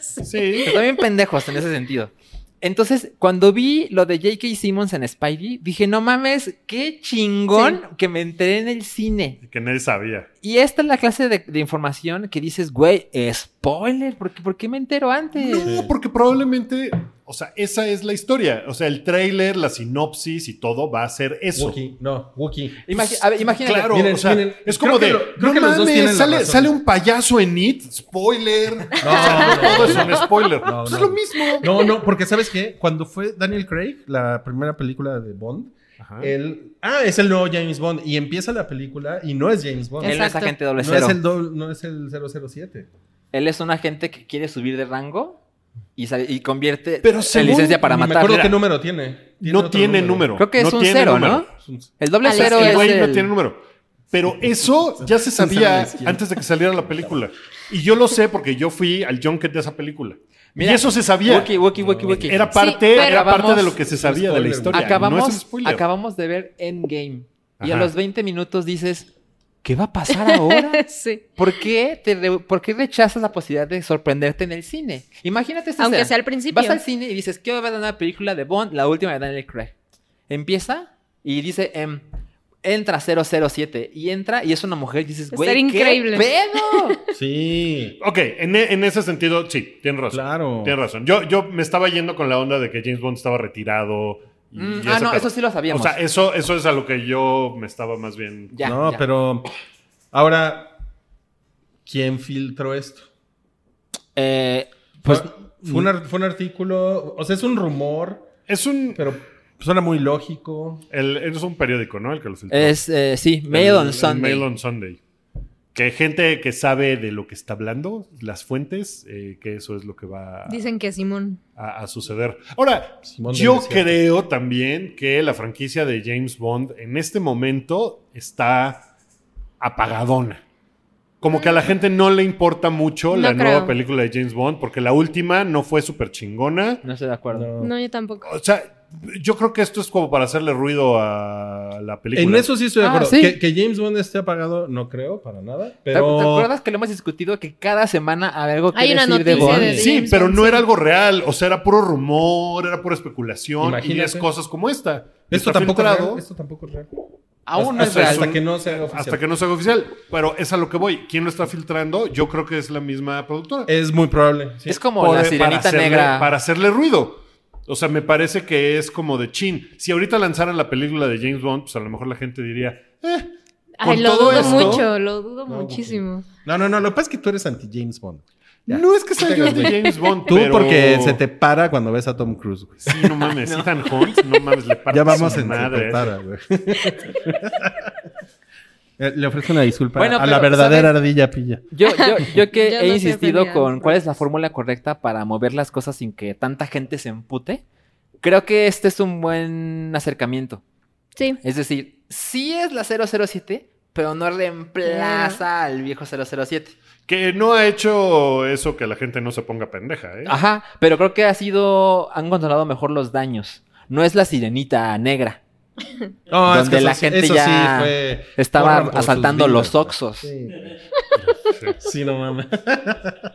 Speaker 2: Sí.
Speaker 4: Están bien pendejos en ese sentido. Entonces, cuando vi lo de J.K. Simmons en Spidey, dije, no mames, qué chingón que me enteré en el cine.
Speaker 2: Que nadie sabía.
Speaker 4: Y esta es la clase de, de información que dices, güey, spoiler, ¿por qué, por qué me entero antes?
Speaker 2: No, porque probablemente, o sea, esa es la historia. O sea, el tráiler, la sinopsis y todo va a ser eso.
Speaker 5: Wookie, no, Wookie.
Speaker 4: Imagi- a ver, imagínate.
Speaker 2: Pues, Claro,
Speaker 5: Miren,
Speaker 2: o sea,
Speaker 5: miren,
Speaker 2: es como de,
Speaker 5: creo que lo- creo
Speaker 2: no
Speaker 5: que los dos tienen
Speaker 2: mames,
Speaker 5: la
Speaker 2: sale,
Speaker 5: razón.
Speaker 2: sale un payaso en It, spoiler.
Speaker 5: No,
Speaker 2: O sea,
Speaker 5: no, no.
Speaker 2: todo es un spoiler.
Speaker 5: No,
Speaker 2: Pues
Speaker 5: no.
Speaker 2: Es lo mismo.
Speaker 5: No, no, porque ¿sabes qué? Cuando fue Daniel Craig, la primera película de Bond,
Speaker 2: Ajá.
Speaker 5: él... Ah, es el nuevo James Bond. Y empieza la película y no es James Bond.
Speaker 4: Él no es
Speaker 3: Exacto.
Speaker 4: agente doble
Speaker 5: No es,
Speaker 4: cero.
Speaker 5: el doble- no es el 007.
Speaker 4: Él es un agente que quiere subir de rango y, sale- y convierte
Speaker 2: Pero
Speaker 4: en
Speaker 2: según-
Speaker 4: licencia para
Speaker 5: Ni me
Speaker 4: matar.
Speaker 5: acuerdo
Speaker 4: Mira,
Speaker 5: qué número tiene.
Speaker 2: no
Speaker 5: otro
Speaker 2: tiene número.
Speaker 4: Creo que es
Speaker 2: No
Speaker 4: un
Speaker 2: tiene
Speaker 4: cero,
Speaker 2: número. Ah,
Speaker 4: ¿no? El doble
Speaker 3: Alex,
Speaker 4: cero
Speaker 3: el
Speaker 4: es
Speaker 2: el güey no
Speaker 4: el-
Speaker 2: tiene número. Pero eso ya se
Speaker 5: Pensando en la
Speaker 2: sabía
Speaker 5: esquina.
Speaker 2: antes de que saliera la película. Y yo lo sé porque yo fui al junket de esa película.
Speaker 4: Mira,
Speaker 2: y eso se sabía.
Speaker 4: Wookie, Wookie, Wookie, Wookie.
Speaker 2: Era
Speaker 3: Sí,
Speaker 2: parte,
Speaker 3: pero
Speaker 2: era parte
Speaker 4: acabamos-
Speaker 2: de lo que se sabía de la
Speaker 5: spoiler.
Speaker 2: historia. no es un
Speaker 4: Acabamos,
Speaker 2: spoiler.
Speaker 4: acabamos de ver Endgame. Y
Speaker 2: Ajá.
Speaker 4: a los 20 minutos dices, ¿qué va a pasar ahora?
Speaker 3: sí.
Speaker 4: ¿Por qué, te re- ¿Por qué rechazas la posibilidad de sorprenderte en el cine? Imagínate esta
Speaker 3: Aunque
Speaker 4: escena.
Speaker 3: sea al principio.
Speaker 4: Vas al cine y dices, quiero ver una película de Bond, la última de Daniel Craig. Empieza y dice, em, entra 007. Y entra y es una mujer y dices,
Speaker 3: Estaría
Speaker 4: güey, ¿qué
Speaker 3: increíble".
Speaker 4: pedo?
Speaker 5: Sí,
Speaker 2: Ok, en, e- en ese sentido, sí, tienes razón.
Speaker 5: claro.
Speaker 2: Tienes razón. Yo, yo me estaba yendo con la onda de que James Bond estaba retirado. y-
Speaker 4: Mm,
Speaker 2: y
Speaker 4: ah,
Speaker 2: ese
Speaker 4: no,
Speaker 2: pedo.
Speaker 4: eso sí lo sabíamos.
Speaker 2: O sea, eso, eso es a lo que yo me estaba más bien.
Speaker 4: ya,
Speaker 5: no,
Speaker 4: ya.
Speaker 5: pero... Ahora, ¿quién filtró esto?
Speaker 4: Eh, pues,
Speaker 5: fue, un, ar- fue un artículo... O sea, es un rumor,
Speaker 2: Es un,
Speaker 5: pero suena muy lógico.
Speaker 2: el- es un periódico, ¿no? El que lo filtró.
Speaker 4: es, eh, sí, Mail
Speaker 2: El-
Speaker 4: on
Speaker 2: el
Speaker 4: Sunday.
Speaker 2: Mail on Sunday. Que gente que sabe de lo que está hablando, las fuentes, eh, que eso es lo que va
Speaker 3: Dicen que Simón.
Speaker 2: a, a suceder. Ahora,
Speaker 5: Simón del
Speaker 2: yo
Speaker 5: desierto.
Speaker 2: creo también que la franquicia de James Bond en este momento está apagadona. Como que a la gente no le importa mucho
Speaker 3: Mm. No
Speaker 2: la nueva
Speaker 3: creo.
Speaker 2: película de James Bond, porque la última no fue súper chingona.
Speaker 4: No estoy de acuerdo.
Speaker 5: No.
Speaker 3: No, yo tampoco.
Speaker 2: O sea, yo creo que esto es como para hacerle ruido a la película.
Speaker 5: En eso sí estoy de
Speaker 4: Ah,
Speaker 5: acuerdo.
Speaker 4: sí.
Speaker 5: Que, que James Bond esté apagado, no creo, para nada.
Speaker 4: ¿Te-
Speaker 5: Pero...
Speaker 4: ¿Te acuerdas que lo hemos discutido que cada semana hay algo que
Speaker 3: Hay una
Speaker 4: decir de
Speaker 3: noticia
Speaker 4: Bond?
Speaker 3: de-
Speaker 2: Sí,
Speaker 3: James
Speaker 2: pero
Speaker 3: Bond,
Speaker 2: no
Speaker 3: sí.
Speaker 2: era algo real. O sea, era puro rumor, era pura especulación. Y
Speaker 5: Imagínate.
Speaker 2: es cosas como esta.
Speaker 5: Esto
Speaker 2: Está
Speaker 5: tampoco, es
Speaker 2: filtrado
Speaker 5: real, esto tampoco es real.
Speaker 4: Aún no es
Speaker 2: Hasta-
Speaker 4: real.
Speaker 5: Hasta que no se haga oficial.
Speaker 2: Hasta que no se haga oficial. Pero es a lo que voy. ¿Quién lo está filtrando? Yo creo que es la misma productora.
Speaker 5: Es muy probable. sí.
Speaker 4: Es como
Speaker 2: Por-
Speaker 4: la
Speaker 2: para
Speaker 4: sirenita
Speaker 2: hacerle-
Speaker 4: negra.
Speaker 2: Para hacerle ruido. O sea, me parece que es como de chin. Si ahorita lanzaran la película de James Bond, pues a lo mejor la gente diría, eh,
Speaker 3: Ay,
Speaker 2: Con
Speaker 3: lo
Speaker 2: todo
Speaker 3: dudo
Speaker 2: esto-
Speaker 3: mucho, lo dudo
Speaker 5: No,
Speaker 3: muchísimo.
Speaker 5: No, no, no. Lo que pasa es que tú eres anti-James Bond. Ya.
Speaker 2: no es que sea yo
Speaker 5: Tú
Speaker 2: de James Bond.
Speaker 5: Tú
Speaker 2: pero-
Speaker 5: porque se te para cuando ves a Tom Cruise, güey.
Speaker 2: Sí, no mames. Ethan Hunt, no mames, le parte
Speaker 5: Ya vamos
Speaker 2: su
Speaker 5: en se
Speaker 2: madre.
Speaker 5: te para, güey. Eh, Le ofrezco una disculpa
Speaker 4: Bueno,
Speaker 5: a la
Speaker 4: pero,
Speaker 5: verdadera ardilla pilla.
Speaker 4: Yo, yo, yo que
Speaker 3: Yo no
Speaker 4: he
Speaker 3: estoy
Speaker 4: insistido
Speaker 3: peleando.
Speaker 4: con cuál es la fórmula correcta para mover las cosas sin que tanta gente se empute, creo que este es un buen acercamiento.
Speaker 3: Sí.
Speaker 4: Es decir, sí es la 007, pero no reemplaza al viejo 007.
Speaker 2: Que no ha hecho eso que la gente no se ponga pendeja, ¿eh?
Speaker 5: Ah.
Speaker 4: Ajá, pero creo que ha sido, han controlado mejor los daños. No es la sirenita negra.
Speaker 5: No,
Speaker 4: Donde la gente ya
Speaker 5: fue-
Speaker 4: Estaba
Speaker 5: corran por sus
Speaker 4: asaltando
Speaker 5: vidas,
Speaker 4: los
Speaker 5: güey.
Speaker 4: Oxxos.
Speaker 5: Sí, güey. Sí, no mames.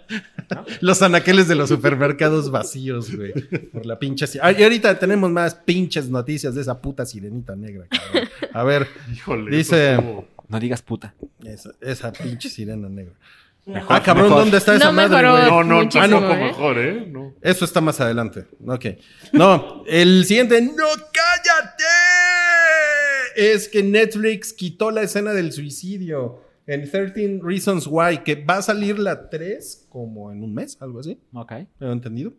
Speaker 5: Los anaqueles de los supermercados vacíos, güey. Por la pinche. si- Ay, y ahorita tenemos más pinches noticias de esa puta sirenita negra, cabrón. A ver,
Speaker 2: Híjole.
Speaker 5: Dice-
Speaker 2: eso estuvo-
Speaker 4: No digas puta.
Speaker 5: esa, esa pinche sirena negra.
Speaker 2: Mejor,
Speaker 5: Ah, cabrón,
Speaker 2: mejor.
Speaker 5: ¿dónde está esa
Speaker 3: No
Speaker 5: madre,
Speaker 3: mejoró.
Speaker 5: güey?
Speaker 2: No, no,
Speaker 3: Muchísimo,
Speaker 2: tampoco
Speaker 3: ¿eh?
Speaker 2: mejor, ¿eh? No.
Speaker 5: Eso está más adelante. Ok. No, el siguiente. ¡No, cállate! Es que Netflix quitó la escena del suicidio en 13 Reasons Why, que va a salir la 3 como en un mes, algo así.
Speaker 4: Ok.
Speaker 5: Tengo entendido.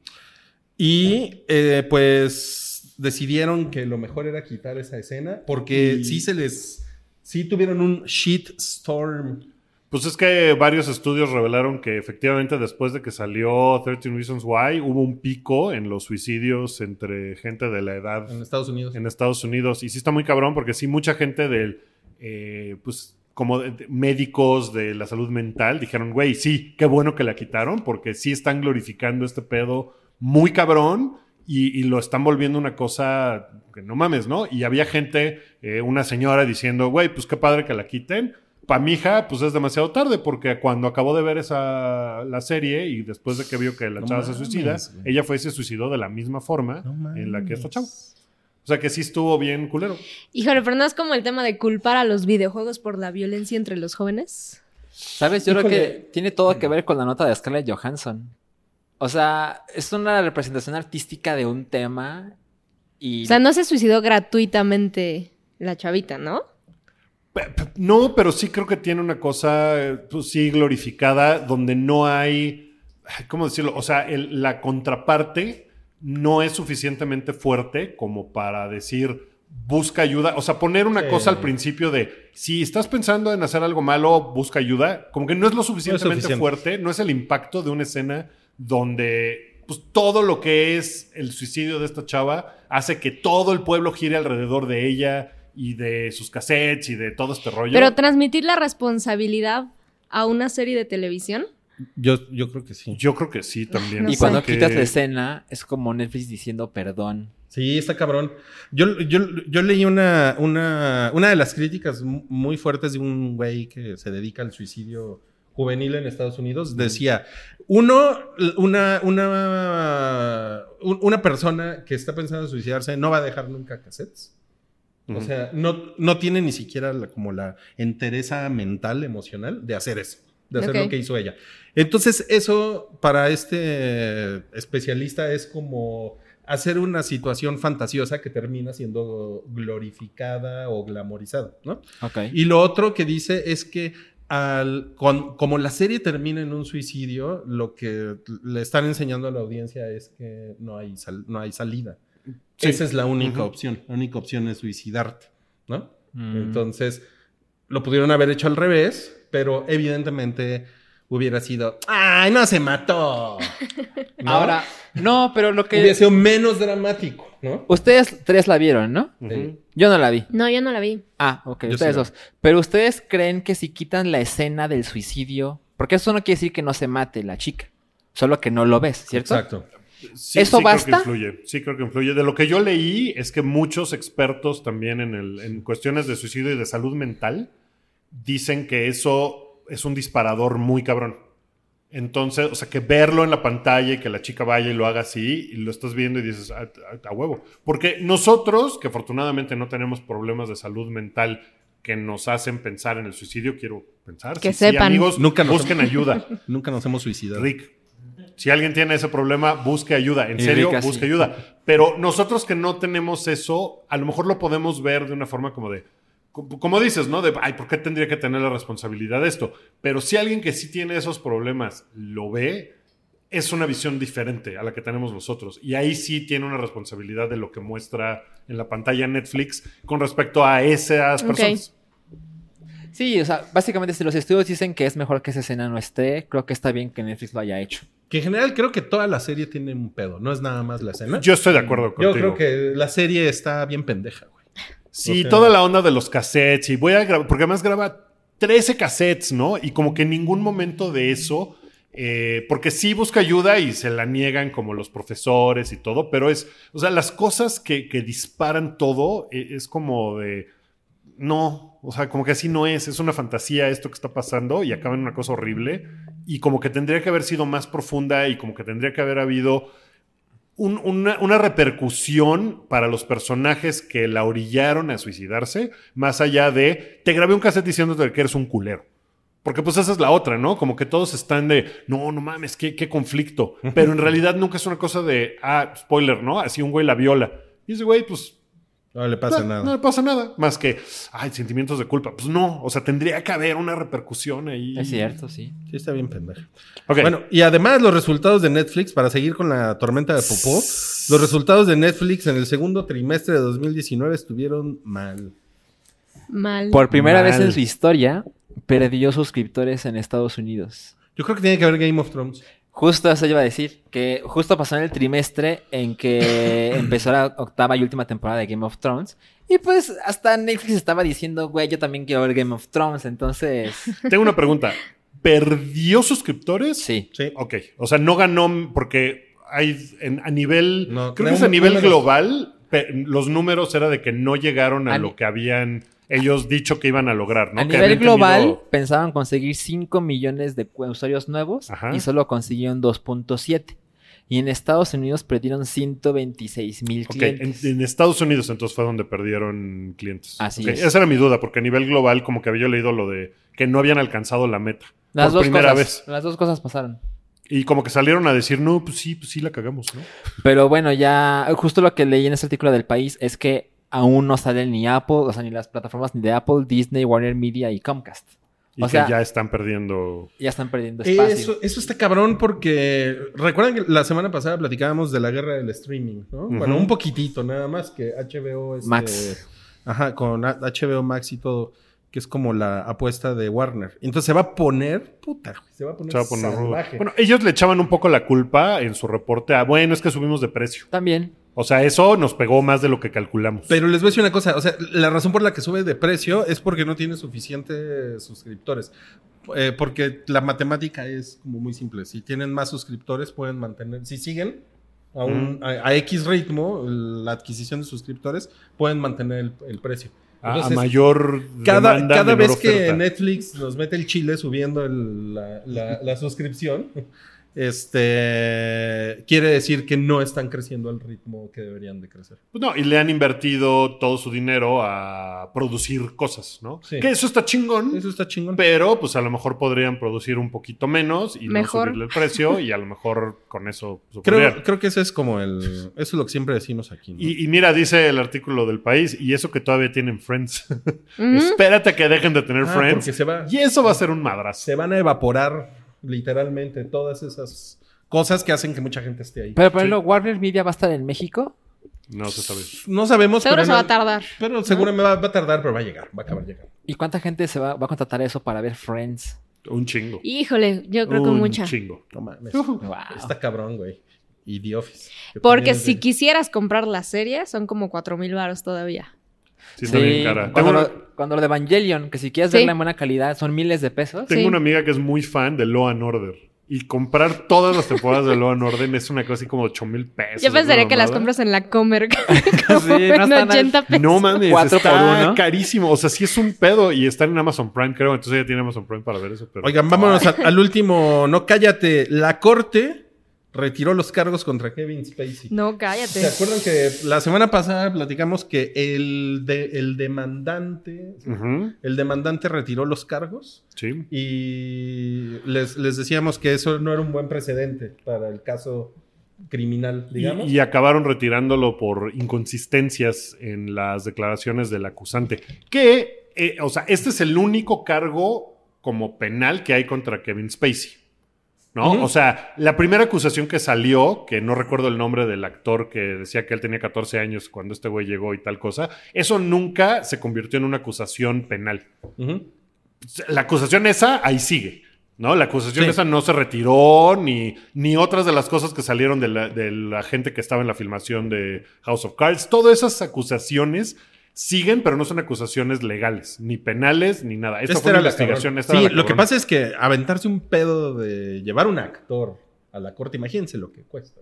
Speaker 5: Y eh, pues decidieron que lo mejor era quitar esa escena porque
Speaker 2: Y-
Speaker 5: sí se les. Sí tuvieron un shitstorm.
Speaker 2: Pues es que varios estudios revelaron que efectivamente después de que salió 13 Reasons Why hubo un pico en los suicidios entre gente de la edad
Speaker 5: en Estados Unidos.
Speaker 2: en Estados Unidos. Y sí está muy cabrón porque sí mucha gente del eh, pues como de- de- médicos de la salud mental dijeron, güey, sí, qué bueno que la quitaron porque sí están glorificando este pedo muy cabrón y, y lo están volviendo una cosa que no mames, ¿no? Y había gente, eh, una señora diciendo, güey, pues qué padre que la quiten. Para mi hija, pues es demasiado tarde porque cuando acabó de ver esa, la serie y después de que vio que la
Speaker 5: No
Speaker 2: chava se
Speaker 5: mames,
Speaker 2: suicida,
Speaker 5: güey.
Speaker 2: ella fue y se suicidó de la misma forma en la que esta chava. O sea que sí estuvo bien culero.
Speaker 3: Híjole, pero no es como el tema de culpar a los videojuegos por la violencia entre los jóvenes.
Speaker 4: ¿Sabes? Yo creo
Speaker 5: Híjole.
Speaker 4: que tiene todo que ver con la nota de Scarlett Johansson. O sea, es una representación artística de un tema y...
Speaker 3: O sea, no se suicidó gratuitamente la chavita, ¿no?
Speaker 2: No, pero sí creo que tiene una cosa, eh, pues sí, glorificada, donde no hay, ay, ¿cómo decirlo? O sea, el- la contraparte no es suficientemente fuerte como para decir, busca ayuda. O sea, poner una
Speaker 5: Sí.
Speaker 2: cosa al principio de, si estás pensando en hacer algo malo, busca ayuda, como que no es lo suficientemente
Speaker 5: suficiente.
Speaker 2: fuerte, no es el impacto de una escena donde pues, todo lo que es el suicidio de esta chava hace que todo el pueblo gire alrededor de ella y de sus cassettes y de todo este rollo.
Speaker 3: Pero transmitir la responsabilidad a una serie de televisión.
Speaker 5: Yo, yo creo que sí.
Speaker 2: Yo creo que sí también.
Speaker 3: No
Speaker 4: y
Speaker 3: sé.
Speaker 4: cuando
Speaker 2: porque-
Speaker 4: quitas la escena, es como Netflix diciendo perdón.
Speaker 5: Sí, está cabrón. Yo, yo, yo leí una, una, una de las críticas mu- muy fuertes de un güey que se dedica al suicidio juvenil en Estados Unidos. Decía, uno, l- una, una, un- una persona que está pensando en suicidarse no va a dejar nunca cassettes. O
Speaker 2: Ujú.
Speaker 5: sea, no, no tiene ni siquiera la- como la entereza mental, emocional de hacer eso, de hacer lo
Speaker 3: Ok.
Speaker 5: que hizo ella. Entonces, eso para este especialista es como hacer una situación fantasiosa que termina siendo glorificada o glamorizada, ¿no?
Speaker 4: Ok.
Speaker 5: Y lo otro que dice es que al, con- como la serie termina en un suicidio, lo que le están enseñando a la audiencia es que no hay, sal- no hay salida.
Speaker 2: Sí.
Speaker 5: Esa es la única
Speaker 2: Ujú.
Speaker 5: opción. La única opción es suicidarte, ¿no?
Speaker 4: Mm.
Speaker 5: Entonces, lo pudieron haber hecho al revés, pero evidentemente hubiera sido, ¡ay, no se mató! ¿No?
Speaker 4: Ahora, no, pero lo
Speaker 5: hubiera
Speaker 4: que...
Speaker 5: sido menos dramático, ¿no?
Speaker 4: Ustedes tres la vieron, ¿no?
Speaker 2: Ujú.
Speaker 5: Eh,
Speaker 4: Yo no la vi.
Speaker 3: No, yo no la vi.
Speaker 4: Ah, ok,
Speaker 5: Yo sí
Speaker 4: ustedes
Speaker 5: la
Speaker 4: dos. Pero ustedes creen que si quitan la escena del suicidio, porque eso no quiere decir que no se mate la chica, solo que no lo ves, ¿cierto?
Speaker 5: Exacto.
Speaker 2: Sí,
Speaker 4: ¿Eso
Speaker 2: sí
Speaker 4: basta?
Speaker 2: Creo que influye. Sí, creo que influye. De lo que yo leí es que muchos expertos también en, el- en cuestiones de suicidio y de salud mental dicen que eso es un disparador muy cabrón. Entonces, o sea, que verlo en la pantalla y que la chica vaya y lo haga así, y lo estás viendo y dices, a, a- a huevo. Porque nosotros, que afortunadamente no tenemos problemas de salud mental que nos hacen pensar en el suicidio, quiero pensar.
Speaker 3: Que
Speaker 2: sí, sí,
Speaker 3: sepan.
Speaker 2: amigos,
Speaker 5: Nunca nos
Speaker 2: busquen
Speaker 5: hemos-
Speaker 2: ayuda.
Speaker 5: Nunca nos hemos suicidado.
Speaker 2: Rick, si alguien tiene ese problema, busque ayuda. En
Speaker 4: Y
Speaker 2: serio,
Speaker 4: Rick así.
Speaker 2: busque ayuda. Pero nosotros que no tenemos eso, a lo mejor lo podemos ver de una forma como de. co- Como dices, ¿no? De, ay, ¿por qué tendría que tener la responsabilidad de esto? Pero si alguien que sí tiene esos problemas lo ve, es una visión diferente a la que tenemos nosotros. Y ahí sí tiene una responsabilidad de lo que muestra en la pantalla Netflix con respecto a esas
Speaker 3: Ok.
Speaker 2: personas.
Speaker 4: Sí, o sea, básicamente si los estudios dicen que es mejor que esa escena no esté, creo que está bien que Netflix lo haya hecho.
Speaker 5: Que en general creo que toda la serie tiene un pedo, no es nada más la escena.
Speaker 2: Yo estoy de acuerdo
Speaker 5: Yo
Speaker 2: contigo.
Speaker 5: creo que la serie está bien pendeja, güey.
Speaker 2: Sí,
Speaker 5: O sea-
Speaker 2: toda la onda de los cassettes y voy a grabar, porque además graba 13 cassettes, ¿no? Y como que en ningún momento de eso, eh, porque sí busca ayuda y se la niegan como los profesores y todo, pero es, o sea, las cosas que, que disparan todo eh, es como de, no, o sea, como que así no es, es una fantasía esto que está pasando y acaba en una cosa horrible y como que tendría que haber sido más profunda y como que tendría que haber habido un- una, una repercusión para los personajes que la orillaron a suicidarse, más allá de, te grabé un cassette diciéndote que eres un culero. Porque pues esa es la otra, ¿no? Como que todos están de, no, no mames, qué, qué conflicto. Pero en realidad nunca es una cosa de, ah, spoiler, ¿no? Así un güey la viola. Y ese güey, pues
Speaker 5: No le pasa
Speaker 2: no,
Speaker 5: nada.
Speaker 2: No le pasa nada. Más que, ay, sentimientos de culpa. Pues no, o sea, tendría que haber una repercusión ahí.
Speaker 4: Es cierto, sí.
Speaker 5: Sí, está bien pendeja.
Speaker 2: Ok.
Speaker 5: Bueno, y además los resultados de Netflix, para seguir con la tormenta de Popó, los resultados de Netflix en el segundo trimestre de 2019 estuvieron mal.
Speaker 3: Mal.
Speaker 4: Por primera vez en
Speaker 5: Mal.
Speaker 4: su historia, perdió suscriptores en Estados Unidos.
Speaker 5: Yo creo que tiene que ver Game of Thrones.
Speaker 4: Justo eso iba a decir, que justo pasó en el trimestre en que empezó la octava y última temporada de Game of Thrones Y pues hasta Netflix estaba diciendo, güey, yo también quiero ver Game of Thrones, entonces...
Speaker 2: Tengo una pregunta. ¿Perdió suscriptores?
Speaker 4: Sí.
Speaker 5: Sí.
Speaker 2: Ok. O sea, no ganó porque hay en- a nivel,
Speaker 5: No,
Speaker 2: creo que es a
Speaker 5: números.
Speaker 2: nivel global, pe- los números era de que no llegaron a,
Speaker 4: A ni-
Speaker 2: lo que habían ellos dicho que iban a lograr, ¿no?
Speaker 4: A
Speaker 2: Que
Speaker 4: nivel
Speaker 2: habían tenido-
Speaker 4: global, pensaban conseguir 5 millones de cu- usuarios nuevos
Speaker 2: Ajá.
Speaker 4: y solo consiguieron 2.7. Y en Estados Unidos perdieron 126 mil
Speaker 2: Ok, en,
Speaker 4: clientes.
Speaker 2: en Estados Unidos entonces fue donde perdieron clientes.
Speaker 4: Así
Speaker 2: Ok,
Speaker 4: es.
Speaker 2: Esa era mi duda, porque a nivel global como que había yo leído lo de que no habían alcanzado la meta
Speaker 4: Las
Speaker 2: por
Speaker 4: dos
Speaker 2: primera
Speaker 4: cosas,
Speaker 2: vez.
Speaker 4: Las dos cosas pasaron.
Speaker 2: Y como que salieron a decir, no, pues sí, pues sí la cagamos, ¿no?
Speaker 4: Pero bueno, ya justo lo que leí en ese artículo del país es que aún no salen ni Apple, o sea, ni las plataformas ni de Apple, Disney, Warner Media y Comcast.
Speaker 2: Y
Speaker 4: O
Speaker 2: que
Speaker 4: sea-
Speaker 2: ya están perdiendo...
Speaker 4: Ya están perdiendo espacio.
Speaker 5: Eso, eso está cabrón porque recuerdan que la semana pasada platicábamos de la guerra del streaming, ¿no?
Speaker 2: Ujú.
Speaker 5: Bueno, un poquitito nada más que HBO este,
Speaker 4: Max.
Speaker 5: Ajá, con a- HBO Max y todo, que es como la apuesta de Warner. Entonces se va a poner puta, güey, se va a poner,
Speaker 2: Se va a poner rudo.
Speaker 5: salvaje.
Speaker 2: Bueno, ellos le echaban un poco la culpa en su reporte a, bueno, es que subimos de precio.
Speaker 4: También.
Speaker 2: O sea, eso nos pegó más de lo que calculamos.
Speaker 5: Pero les voy a decir una cosa, o sea, la razón por la que sube de precio es porque no tiene suficientes suscriptores. Eh, porque la matemática es como muy simple. Si tienen más suscriptores, pueden mantener, si siguen a, un,
Speaker 2: Mm.
Speaker 5: a, a X ritmo la adquisición de suscriptores, pueden mantener el, el precio.
Speaker 2: a, a
Speaker 5: Entonces,
Speaker 2: mayor
Speaker 5: cada,
Speaker 2: demanda,
Speaker 5: cada
Speaker 2: menor
Speaker 5: vez que
Speaker 2: oferta.
Speaker 5: Netflix nos mete el chile subiendo el- la, la- la suscripción, este quiere decir que no están creciendo al ritmo que deberían de crecer.
Speaker 2: Pues no, y le han invertido todo su dinero a producir cosas, ¿no?
Speaker 5: Sí.
Speaker 2: Que eso está chingón,
Speaker 5: Eso está chingón.
Speaker 2: pero pues a lo mejor podrían producir un poquito menos y
Speaker 3: Mejor.
Speaker 2: no subirle el precio y a lo mejor con eso superior.
Speaker 5: Creo, creo que ese es como el. Eso es lo que siempre decimos aquí. ¿no?
Speaker 2: Y, y mira, dice el artículo del país, y eso que todavía tienen Friends.
Speaker 3: Ujú.
Speaker 2: Espérate que dejen de tener
Speaker 5: Ah, porque
Speaker 2: Friends.
Speaker 5: se, va,
Speaker 2: Y eso va a ser un madrazo.
Speaker 5: se van a evaporar literalmente todas esas cosas que hacen que mucha gente esté ahí.
Speaker 4: Pero por ejemplo, Warner Media va a estar en México.
Speaker 2: No se sabe.
Speaker 5: no sabemos.
Speaker 3: Seguro
Speaker 5: pero
Speaker 3: se
Speaker 5: no-
Speaker 3: va a tardar.
Speaker 5: Pero seguramente va, va a tardar, pero va a llegar. Va a acabar llegando.
Speaker 4: ¿Y cuánta gente se va, va a contratar eso para ver Friends?
Speaker 2: Un chingo.
Speaker 3: Híjole, yo creo que
Speaker 2: un
Speaker 3: mucha.
Speaker 2: chingo.
Speaker 5: No mames.
Speaker 4: Wow.
Speaker 5: Está cabrón, güey. Y The Office. que
Speaker 3: Porque
Speaker 5: también es
Speaker 3: si
Speaker 5: de-
Speaker 3: quisieras comprar la serie, son como 4 mil baros todavía.
Speaker 2: Sí, está bien cara. Tengo
Speaker 4: Cuando,
Speaker 2: una-
Speaker 4: lo, cuando lo de Evangelion, que si quieres
Speaker 3: Sí.
Speaker 4: verla en buena calidad, son miles de pesos.
Speaker 2: Tengo
Speaker 3: Sí.
Speaker 2: una amiga que es muy fan de Law and Order. Y comprar todas las temporadas de Law and Order es una cosa así como 8 mil pesos.
Speaker 3: Yo pensaría que las
Speaker 2: ¿no?
Speaker 3: compras en la Comer como
Speaker 4: Sí, no
Speaker 3: en
Speaker 4: están al-
Speaker 3: 80 pesos.
Speaker 2: No mames,
Speaker 4: Cuatro por
Speaker 2: está
Speaker 4: uno.
Speaker 2: carísimo. O sea, sí es un pedo y están en Amazon Prime, creo. Entonces ella tiene Amazon Prime para ver eso. Pero...
Speaker 5: Oigan, vámonos al, al último. No cállate. La corte retiró los cargos contra Kevin Spacey.
Speaker 3: No,
Speaker 5: ¿Se
Speaker 3: cállate.
Speaker 5: acuerdan que la semana pasada platicamos que el, de- el demandante,
Speaker 2: Ujú,
Speaker 5: el demandante retiró los cargos
Speaker 2: Sí.
Speaker 5: y les, les decíamos que eso no era un buen precedente para el caso criminal,
Speaker 2: Y,
Speaker 5: digamos?
Speaker 2: y acabaron retirándolo por inconsistencias en las declaraciones del acusante. Que, eh, o sea, este es el único cargo como penal que hay contra Kevin Spacey. ¿No?
Speaker 5: Ujú.
Speaker 2: O sea, la primera acusación que salió, que no recuerdo el nombre del actor que decía que él tenía 14 años cuando este güey llegó y tal cosa, eso nunca se convirtió en una acusación penal.
Speaker 5: Ujú.
Speaker 2: La acusación esa ahí sigue. ¿No? La acusación
Speaker 5: Sí.
Speaker 2: esa no se retiró, ni, ni otras de las cosas que salieron de la, de la gente que estaba en la filmación de House of Cards. Todas esas acusaciones siguen, pero no son acusaciones legales, ni penales, ni nada. Esta,
Speaker 5: Esta
Speaker 2: fue una
Speaker 5: era la
Speaker 2: investigación.
Speaker 5: cabrón.
Speaker 2: esta
Speaker 5: sí,
Speaker 2: era la
Speaker 5: lo que
Speaker 2: cabrona.
Speaker 5: pasa es que aventarse un pedo de llevar un actor a la corte, imagínense lo que cuesta.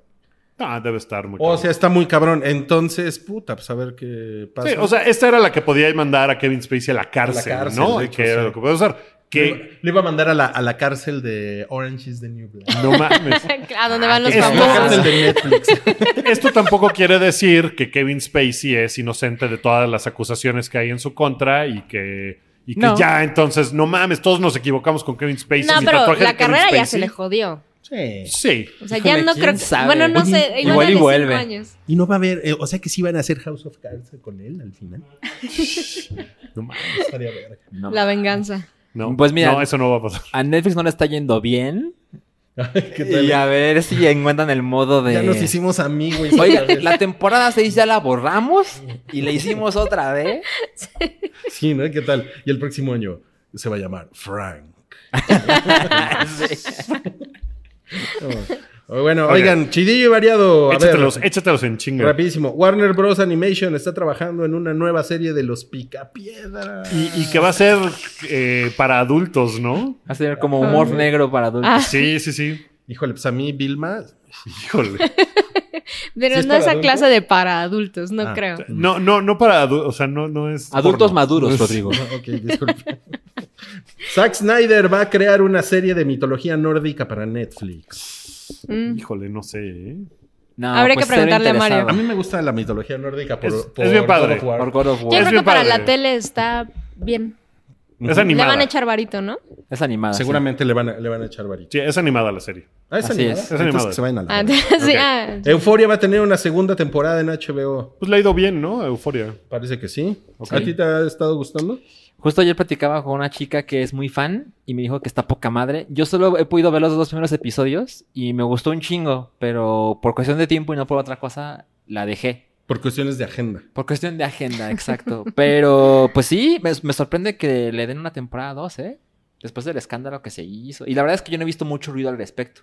Speaker 2: Ah, debe estar muy
Speaker 5: O
Speaker 2: cabrón.
Speaker 5: sea, está muy cabrón. Entonces, puta, pues a ver qué pasa.
Speaker 2: Sí, o sea, esta era la que podía mandar a Kevin Spacey a la cárcel,
Speaker 5: cárcel,
Speaker 2: ¿no?
Speaker 5: de
Speaker 2: Y
Speaker 5: hecho,
Speaker 2: que era
Speaker 5: sí.
Speaker 2: lo que podía usar.
Speaker 5: Le
Speaker 2: Que
Speaker 5: iba- le iba a mandar a la, a la cárcel de Orange is the New Black.
Speaker 2: no mames.
Speaker 3: ¿A dónde Ah, van los
Speaker 2: Esto-
Speaker 5: A la cárcel
Speaker 3: famosos?
Speaker 5: de Netflix.
Speaker 2: Esto tampoco quiere decir que Kevin Spacey es inocente de todas las acusaciones que hay en su contra y que, y que
Speaker 4: No.
Speaker 2: ya entonces, no mames, todos nos equivocamos con Kevin Spacey.
Speaker 3: No,
Speaker 2: Mi
Speaker 3: pero
Speaker 2: tatuaje de
Speaker 3: la
Speaker 2: Kevin
Speaker 3: carrera ya
Speaker 2: Spacey-
Speaker 3: se le jodió.
Speaker 5: Sí.
Speaker 2: Sí.
Speaker 3: O sea,
Speaker 4: Híjole,
Speaker 3: ya no
Speaker 4: ¿quién
Speaker 3: creo que...
Speaker 4: sabe?
Speaker 3: Bueno, no
Speaker 5: Oye,
Speaker 3: sé.
Speaker 4: igual y
Speaker 3: Igual, y
Speaker 4: vuelve.
Speaker 3: Años.
Speaker 5: Y no va a haber, eh, o sea que sí van a hacer House of Cards con él al final.
Speaker 2: No mames.
Speaker 5: Estaría verga.
Speaker 4: No.
Speaker 3: La venganza.
Speaker 2: No,
Speaker 4: Pues mira-
Speaker 2: no, eso no va a pasar.
Speaker 4: A Netflix no le está yendo bien.
Speaker 5: Ay, qué tal.
Speaker 4: Y a ver si encuentran el modo de.
Speaker 5: Ya nos hicimos amigos.
Speaker 4: Oiga, la temporada 6 ya la borramos y le hicimos otra vez.
Speaker 5: Sí, ¿no? ¿Qué tal? Y el próximo año se va a llamar Frank.
Speaker 4: Sí.
Speaker 5: Oh. Bueno, oigan, chidillo y variado. A ver,
Speaker 2: Échatelos, échatelos en chinga.
Speaker 5: rapidísimo. Warner Bros. Animation está trabajando en una nueva serie de los Picapiedras.
Speaker 2: Y, y que va a ser eh, para adultos, ¿no?
Speaker 4: Va a ser como humor negro para adultos.
Speaker 3: Ah.
Speaker 2: Sí, sí, sí.
Speaker 5: Híjole, pues a mí Vilma...
Speaker 2: Híjole.
Speaker 3: Pero
Speaker 5: ¿Sí es
Speaker 3: no
Speaker 5: para
Speaker 3: esa
Speaker 5: adultos?
Speaker 3: clase de para adultos, no
Speaker 5: Ah.
Speaker 3: creo.
Speaker 2: No, no, no para adultos. O sea, no, no es.
Speaker 4: Adultos
Speaker 2: porno.
Speaker 4: maduros, Rodrigo.
Speaker 5: Ah, Ok, disculpe. Zack Snyder va a crear una serie de mitología nórdica para Netflix.
Speaker 3: Mm.
Speaker 2: Híjole, no sé. ¿eh?
Speaker 4: No,
Speaker 3: Habría que
Speaker 4: cero
Speaker 3: preguntarle a
Speaker 4: interesado.
Speaker 5: A mí me gusta la mitología nórdica por,
Speaker 2: Es-
Speaker 5: por
Speaker 2: es bien
Speaker 5: God
Speaker 2: padre.
Speaker 5: of War.
Speaker 4: Por God of
Speaker 3: Yo
Speaker 4: War.
Speaker 3: creo
Speaker 2: bien
Speaker 3: que para
Speaker 2: padre.
Speaker 3: la tele está bien.
Speaker 5: Ujú.
Speaker 2: Es animada.
Speaker 3: Le van a echar varito, ¿no?
Speaker 4: Es animada. Ah, sí.
Speaker 5: Seguramente le, van a, le van a echar varito.
Speaker 2: Sí, es animada la serie.
Speaker 5: Ah, es
Speaker 4: Así
Speaker 5: animada.
Speaker 4: es.
Speaker 5: Es
Speaker 2: Es animada.
Speaker 5: que se vayan a la
Speaker 3: Ah,
Speaker 5: verga.
Speaker 3: sí,
Speaker 2: Ok.
Speaker 3: ah,
Speaker 5: Euforia va a tener una segunda temporada en HBO.
Speaker 2: Pues le ha ido bien, ¿no? Euforia.
Speaker 5: Parece que sí.
Speaker 4: Ok.
Speaker 5: ¿A ti te ha estado gustando?
Speaker 4: Justo ayer platicaba con una chica que es muy fan y me dijo que está poca madre. Yo solo he podido ver los dos primeros episodios y me gustó un chingo, pero por cuestión de tiempo y no por otra cosa, la dejé.
Speaker 5: Por cuestiones de agenda.
Speaker 4: Por cuestión de agenda, exacto. Pero pues sí, me, me sorprende que le den una temporada 2, ¿eh? Después del escándalo que se hizo. Y la verdad es que yo no he visto mucho ruido al respecto.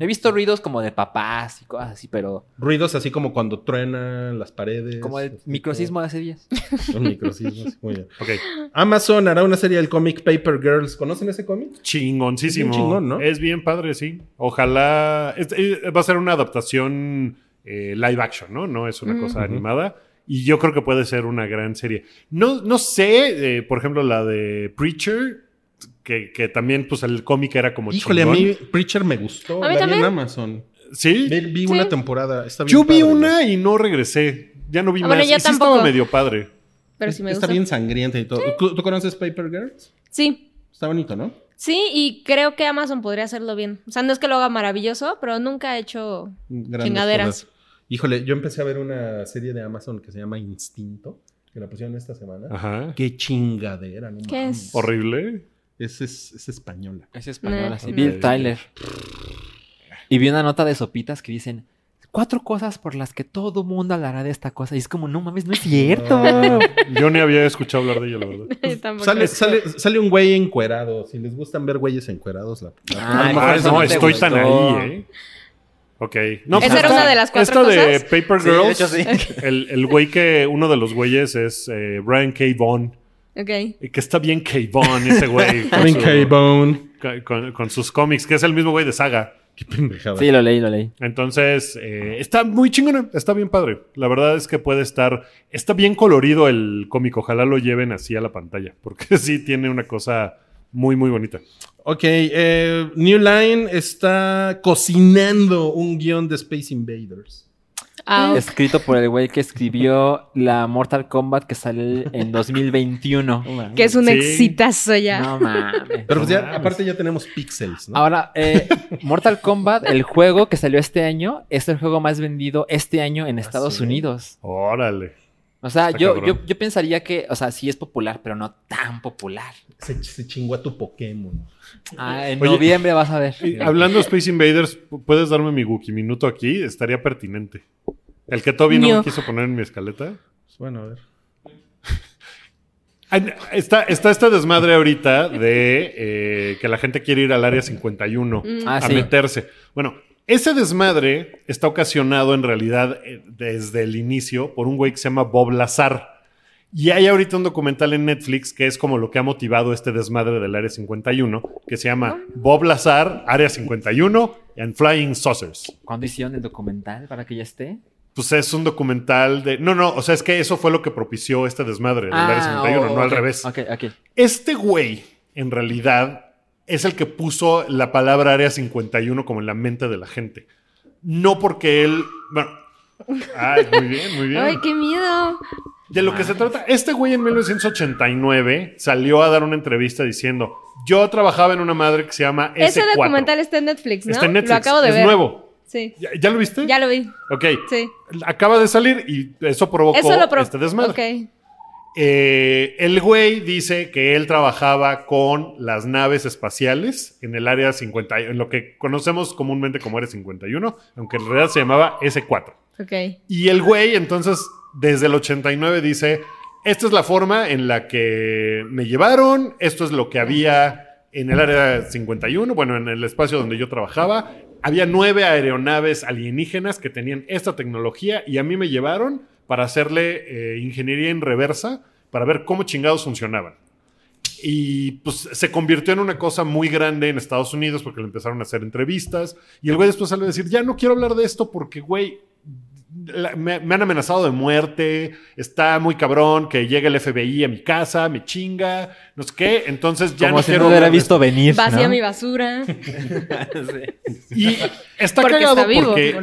Speaker 4: He visto ruidos como de papás y cosas así, pero
Speaker 5: Ruidos así como cuando truenan las paredes.
Speaker 4: como el
Speaker 5: Así
Speaker 4: microsismo de hace días.
Speaker 5: todo. Un microsismo, sí, muy bien.
Speaker 2: Ok.
Speaker 5: Amazon hará una serie del cómic Paper Girls. ¿Conocen ese cómic?
Speaker 2: Chingoncísimo.
Speaker 5: Es bien chingón, ¿no?
Speaker 2: Es bien padre, sí. Ojalá. es- es- va a ser una adaptación eh, live action, ¿no? No es una
Speaker 3: Mm.
Speaker 2: cosa
Speaker 5: Ujú.
Speaker 2: animada. Y yo creo que puede ser una gran serie. No, no sé, eh, por ejemplo, la de Preacher, que, que también, pues, el cómic era como
Speaker 5: Híjole,
Speaker 2: chingón.
Speaker 5: a mí Preacher me gustó.
Speaker 3: A mí
Speaker 5: la vi
Speaker 3: también.
Speaker 5: en Amazon.
Speaker 2: Sí.
Speaker 5: Vi, vi
Speaker 3: Sí.
Speaker 5: una temporada. Está bien
Speaker 2: Yo vi
Speaker 5: padre.
Speaker 2: una y no regresé. Ya no vi
Speaker 3: Ah, bueno,
Speaker 2: más.
Speaker 3: yo
Speaker 2: Y sí estaba
Speaker 3: tampoco.
Speaker 2: medio padre.
Speaker 3: Pero sí me
Speaker 5: Está
Speaker 3: gusta.
Speaker 5: bien sangrienta y todo. ¿Tú, tú conoces Paper Girls?
Speaker 3: Sí.
Speaker 5: Está bonito, ¿no?
Speaker 3: Sí, y creo que Amazon podría hacerlo bien. O sea, no es que lo haga maravilloso, pero nunca ha hecho
Speaker 5: Grandes
Speaker 3: Chingaderas.
Speaker 5: cosas. Híjole, yo empecé a ver una serie de Amazon que se llama Instinto, que la pusieron esta semana.
Speaker 2: Ajá.
Speaker 5: Qué chingadera, ¿no?
Speaker 3: ¿Qué
Speaker 5: mames.
Speaker 3: es?
Speaker 2: Horrible.
Speaker 5: Es, es, es española.
Speaker 4: Es español,
Speaker 3: Nah.
Speaker 4: así.
Speaker 2: Ok.
Speaker 4: Bill Tyler. Y vi una nota de sopitas que dicen cuatro cosas por las que todo mundo hablará de esta cosa. Y es como, no mames, no es cierto.
Speaker 5: Ah,
Speaker 2: Yo ni había escuchado hablar de ella, la verdad.
Speaker 3: Tampoco.
Speaker 5: sale, sale, sale un güey encuerado. Si les gustan ver güeyes encuerados, la, la-
Speaker 4: Ah,
Speaker 5: a lo mejor
Speaker 2: Ah,
Speaker 4: por
Speaker 5: eso
Speaker 2: no,
Speaker 4: no te
Speaker 5: te
Speaker 2: estoy
Speaker 5: gusta.
Speaker 2: tan
Speaker 4: gustó.
Speaker 2: ahí, ¿eh? Ok. No,
Speaker 3: ¿Esa era
Speaker 2: esta-
Speaker 3: una de las cuatro
Speaker 2: Esta de
Speaker 3: cosas?
Speaker 2: Paper
Speaker 4: Sí, de
Speaker 2: Girls,
Speaker 4: hecho, sí.
Speaker 2: el, el güey que, uno de los güeyes es eh, Brian K. Vaughan.
Speaker 3: Ok.
Speaker 2: eh, Que está bien K. Vaughan ese güey. con
Speaker 5: Kevin
Speaker 2: su-
Speaker 5: K. Bone.
Speaker 2: ca- Con, con sus cómics, que es el mismo güey de Saga.
Speaker 5: Qué pendejada.
Speaker 4: Sí, lo leí, lo leí.
Speaker 2: Entonces, eh, está muy chingona, está bien padre. La verdad es que puede estar, está bien colorido el cómic. Ojalá lo lleven así a la pantalla, porque sí tiene una cosa muy, muy bonita.
Speaker 5: Ok, eh, New Line está cocinando un guión de Space Invaders.
Speaker 3: Ah, ok.
Speaker 4: Escrito por el güey que escribió la Mortal Kombat que sale en 2021.
Speaker 3: que es un
Speaker 2: Sí.
Speaker 3: exitazo ya.
Speaker 4: No mames.
Speaker 5: Pero pues
Speaker 2: No
Speaker 5: ya,
Speaker 2: mames.
Speaker 5: aparte ya tenemos pixels, ¿no?
Speaker 4: Ahora, eh, Mortal Kombat, el juego que salió este año, es el juego más vendido este año en Estados
Speaker 5: sí.
Speaker 4: Unidos.
Speaker 2: Órale.
Speaker 4: O sea,
Speaker 2: Está
Speaker 4: yo,
Speaker 2: cabrón.
Speaker 4: yo, yo pensaría que, o sea, sí es popular, pero no tan popular.
Speaker 5: Se, se chingó a tu Pokémon.
Speaker 4: Ah, en
Speaker 2: Oye,
Speaker 4: noviembre vas a ver.
Speaker 2: Y hablando de Space Invaders, ¿pu- ¿puedes darme mi Wookiee minuto aquí? Estaría pertinente. El que Toby no
Speaker 3: Ño.
Speaker 2: me quiso poner en mi escaleta.
Speaker 5: Pues bueno, a ver.
Speaker 2: Ah, n- Está, está este desmadre ahorita de eh, que la gente quiere ir al área 51
Speaker 3: Mm.
Speaker 4: Ah,
Speaker 2: a
Speaker 4: sí.
Speaker 2: meterse. Bueno, ese desmadre está ocasionado en realidad eh, desde el inicio por un güey que se llama Bob Lazar. Y hay ahorita un documental en Netflix que es como lo que ha motivado este desmadre del Área 51, que se llama Bob Lazar, Área 51 and Flying Saucers.
Speaker 4: ¿Cuándo hicieron el documental para que ya esté?
Speaker 2: Pues es un documental de... No, no, o sea, es que eso fue lo que propició este desmadre del Área
Speaker 3: Ah,
Speaker 2: 51, no
Speaker 4: oh,
Speaker 2: al
Speaker 4: ok,
Speaker 2: revés.
Speaker 4: Ok, ok.
Speaker 2: Este güey, en realidad, es el que puso la palabra Área 51 como en la mente de la gente. No porque él. Bueno. Ay, muy bien, muy bien.
Speaker 3: Ay, qué miedo.
Speaker 2: De lo que se trata, este güey en 1989 salió a dar una entrevista diciendo: Yo trabajaba en una madre que se llama S4.
Speaker 3: Ese documental está en Netflix, ¿no?
Speaker 2: Está en Netflix.
Speaker 3: Lo acabo de
Speaker 2: es
Speaker 3: ver.
Speaker 2: nuevo.
Speaker 3: Sí.
Speaker 2: ¿Ya, ya lo viste?
Speaker 3: Ya lo vi.
Speaker 2: Ok.
Speaker 3: Sí.
Speaker 2: Acaba de salir y eso provocó
Speaker 3: Eso lo pro-
Speaker 2: este desmadre.
Speaker 3: Ok.
Speaker 2: Eh, el güey dice que él trabajaba con las naves espaciales en el área 50, en lo que conocemos comúnmente como área 51, aunque en realidad se llamaba S4.
Speaker 3: Ok.
Speaker 2: Y el güey entonces desde el 89 dice, esta es la forma en la que me llevaron, esto es lo que había en el área 51, bueno, en el espacio donde yo trabajaba, había nueve aeronaves alienígenas que tenían esta tecnología y a mí me llevaron para hacerle eh, ingeniería en reversa para ver cómo chingados funcionaban. Y pues se convirtió en una cosa muy grande en Estados Unidos porque le empezaron a hacer entrevistas. Y el güey después salió a decir, ya no quiero hablar de esto porque, güey, la- me, me han amenazado de muerte, está muy cabrón que llegue el FBI a mi casa, me chinga, no sé qué. Entonces ya
Speaker 4: Como
Speaker 2: no
Speaker 4: si
Speaker 2: quiero
Speaker 4: no hubiera
Speaker 2: hablar de esto".
Speaker 4: visto venir.
Speaker 3: Vacía
Speaker 4: ¿no?
Speaker 3: mi basura.
Speaker 4: Sí.
Speaker 2: Y está
Speaker 3: Porque
Speaker 2: cagado
Speaker 3: está vivo.
Speaker 2: porque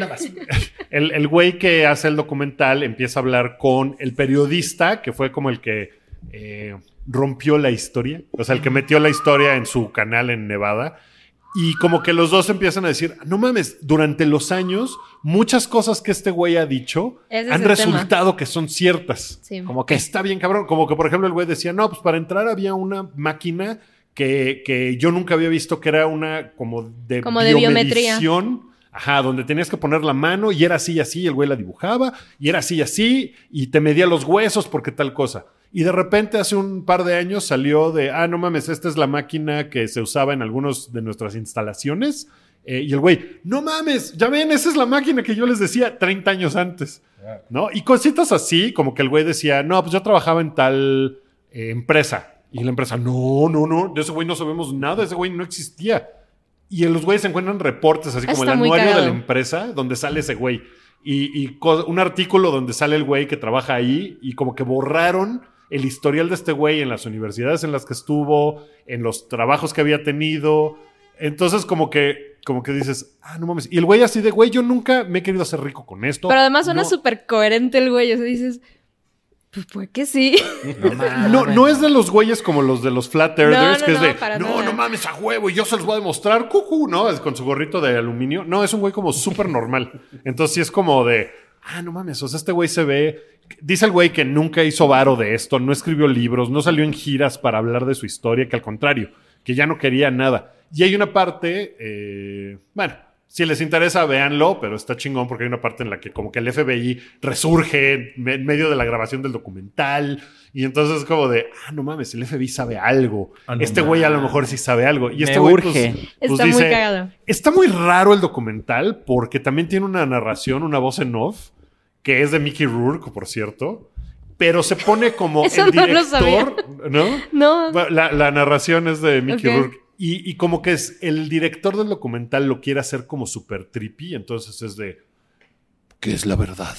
Speaker 2: el, el güey que hace el documental empieza a hablar con el periodista que fue como el que eh, rompió la historia, o sea, el que metió la historia en su canal en Nevada. Y como que los dos empiezan a decir, no mames, durante los años, muchas cosas que este güey ha dicho
Speaker 3: Ese es
Speaker 2: han
Speaker 3: el
Speaker 2: resultado que son ciertas.
Speaker 3: Sí.
Speaker 4: Como
Speaker 2: Que
Speaker 4: que
Speaker 2: está bien cabrón. Como que, por ejemplo, el güey decía, no, pues para entrar había una máquina que, que yo nunca había visto que era una como de,
Speaker 3: Como de biometría.
Speaker 2: biomedición. Ajá, donde tenías que poner la mano y era así y así, y el güey la dibujaba, y era así y así, y te medía los huesos porque tal cosa. Y de repente hace un par de años salió de, ah, no mames, esta es la máquina que se usaba en algunos de nuestras instalaciones. Eh, y el güey, no mames, ya ven, esa es la máquina que yo les decía 30 años antes. ¿no? Y cositas así, como que el güey decía, no, pues yo trabajaba en tal eh, empresa. Y la empresa, no, no, no, de ese güey no sabemos nada, ese güey no existía. Y en los güeyes se encuentran reportes, así como
Speaker 3: Está
Speaker 2: el
Speaker 3: muy
Speaker 2: anuario de la
Speaker 3: cagado.
Speaker 2: empresa, donde sale ese güey. Y, y co- un artículo donde sale el güey que trabaja ahí y como que borraron el historial de este güey en las universidades en las que estuvo, en los trabajos que había tenido. Entonces como que, como que dices, ah, no mames. Y el güey así de, güey, yo nunca me he querido hacer rico con esto.
Speaker 3: Pero además suena
Speaker 2: No.
Speaker 3: súper coherente el güey. O sea, dices, pues pues que sí.
Speaker 2: No, no es de los güeyes como los de los flat earthers,
Speaker 3: No, no,
Speaker 2: que es
Speaker 3: no,
Speaker 2: de,
Speaker 3: para
Speaker 2: no,
Speaker 3: nada".
Speaker 2: no mames a huevo, y yo se los voy a demostrar, cucú, ¿no? Es con su gorrito de aluminio. No, es un güey como súper normal. Entonces sí es como de, ah, no mames, o sea, este güey se ve, dice el güey que nunca hizo varo de esto, no escribió libros, no salió en giras para hablar de su historia, que al contrario, que ya no quería nada. Y hay una parte, eh, bueno. Si les interesa, véanlo, pero está chingón porque hay una parte en la que como que el FBI resurge me- en medio de la grabación del documental y entonces es como de, ah, no mames, el FBI sabe algo.
Speaker 5: Ah, no
Speaker 2: este güey a lo mejor sí sabe algo. Y
Speaker 4: Me
Speaker 2: este güey pues,
Speaker 4: urge.
Speaker 2: pues
Speaker 3: Está muy
Speaker 2: dice,
Speaker 3: cagado.
Speaker 2: Está muy raro el documental porque también tiene una narración, una voz en off, que es de Mickey Rourke, por cierto, pero se pone como
Speaker 3: Eso
Speaker 2: el
Speaker 3: no lo sabía.
Speaker 2: director, ¿no?
Speaker 3: No,
Speaker 2: Bueno, La, la narración es de Mickey
Speaker 3: Ok.
Speaker 2: Rourke. Y, y como que es el director del documental lo quiere hacer como super trippy, entonces es de.
Speaker 6: ¿Qué es la verdad?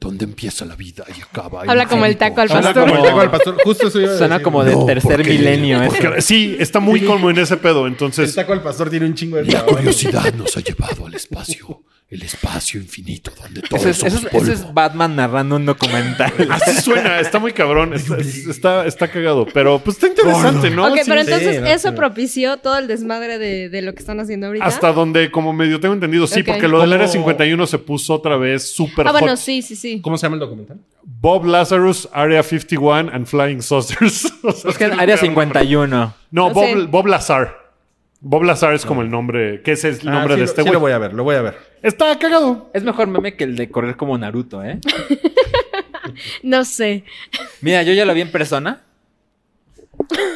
Speaker 6: ¿Dónde empieza la vida y acaba?
Speaker 3: habla como el taco al
Speaker 4: Habla
Speaker 3: pastor.
Speaker 4: como-
Speaker 5: Como el taco al pastor. Justo eso iba a
Speaker 4: Suena
Speaker 5: decir.
Speaker 4: como de
Speaker 6: No,
Speaker 4: tercer
Speaker 6: porque-
Speaker 4: milenio. ¿eh? ese.
Speaker 2: Porque- sí, está muy como en ese pedo.
Speaker 5: El
Speaker 2: Entonces,
Speaker 5: taco al pastor tiene un chingo de
Speaker 6: La
Speaker 5: sabor.
Speaker 6: curiosidad nos ha llevado al espacio, el espacio infinito donde todos
Speaker 4: Eso es, eso
Speaker 6: somos
Speaker 4: es- eso
Speaker 6: polvo.
Speaker 4: es Batman narrando un documental.
Speaker 2: así suena, está muy cabrón. Está, está, está cagado. Pero pues está interesante, ¿no?
Speaker 3: ok,
Speaker 2: Sí.
Speaker 3: pero
Speaker 5: sí,
Speaker 3: entonces
Speaker 5: no,
Speaker 3: eso
Speaker 5: sí.
Speaker 3: propició todo el desmadre de, de lo que están haciendo ahorita.
Speaker 2: Hasta donde, como medio tengo entendido, sí,
Speaker 3: Ok.
Speaker 2: porque lo del
Speaker 5: Como-
Speaker 2: Área 51 se puso otra vez súper
Speaker 3: ah, bueno,
Speaker 2: hot.
Speaker 3: sí, sí, sí.
Speaker 5: ¿Cómo se llama el documental?
Speaker 2: Bob Lazarus, Area 51 and Flying Saucers. O sea,
Speaker 4: Busquen
Speaker 2: sí,
Speaker 4: Área
Speaker 2: pero-
Speaker 4: 51.
Speaker 2: No,
Speaker 3: No
Speaker 2: Bob,
Speaker 3: sé.
Speaker 2: Bob Lazar. Bob Lazar es como el nombre, que ese es el nombre
Speaker 5: Ah, sí,
Speaker 2: de
Speaker 5: lo-
Speaker 2: este
Speaker 5: sí
Speaker 2: güey.
Speaker 5: lo voy a ver, lo voy a ver.
Speaker 2: Está cagado.
Speaker 4: Es mejor meme que el de correr como Naruto, ¿eh?
Speaker 3: No sé.
Speaker 4: Mira, yo ya lo vi en persona.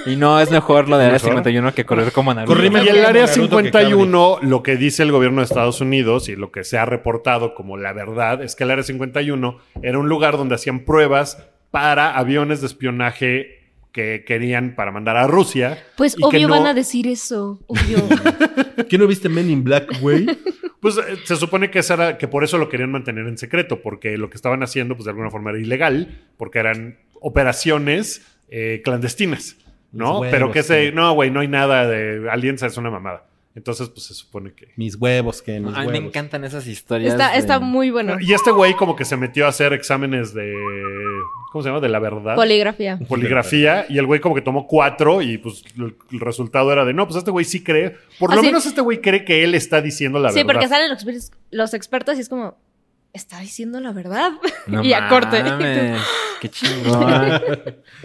Speaker 4: Y no, es mejor lo de Área
Speaker 2: ¿Mejor?
Speaker 4: 51 que correr como Naruto.
Speaker 5: Corrime-
Speaker 2: Y el
Speaker 5: Naruto
Speaker 2: área
Speaker 5: que
Speaker 2: 51, lo que dice el gobierno de Estados Unidos y lo que se ha reportado como la verdad es que el área 51 era un lugar donde hacían pruebas para aviones de espionaje que querían para mandar a Rusia.
Speaker 3: Pues
Speaker 2: y que
Speaker 3: obvio
Speaker 2: no-
Speaker 3: van a decir eso. Obvio.
Speaker 5: ¿Qué no viste Men in Black, güey?
Speaker 2: Pues eh, se supone que, esa era- que por eso lo querían mantener en secreto, porque lo que estaban haciendo, pues de alguna forma era ilegal, porque eran operaciones eh, clandestinas, ¿no?
Speaker 5: Los huevos,
Speaker 2: Pero que se,
Speaker 5: sí.
Speaker 2: no, güey, no hay nada de alianza, es una mamada. Entonces, pues se supone que.
Speaker 5: Mis huevos, que mis
Speaker 4: Ay,
Speaker 5: huevos.
Speaker 4: me encantan esas historias.
Speaker 3: está,
Speaker 4: de-
Speaker 3: está muy bueno.
Speaker 2: Y este güey, como que se metió a hacer exámenes de. ¿Cómo se llama? De la verdad.
Speaker 3: Poligrafía.
Speaker 2: Poligrafía. Y el güey, como que tomó cuatro, y pues el, el resultado era de no, pues este güey sí cree. Por lo
Speaker 3: Así-
Speaker 2: menos este güey cree que él está diciendo la
Speaker 3: Ah, Sí,
Speaker 2: verdad.
Speaker 3: porque salen los, exper- los expertos y es como, está diciendo la verdad.
Speaker 4: No
Speaker 3: y a corte.
Speaker 4: mames, Qué chingón.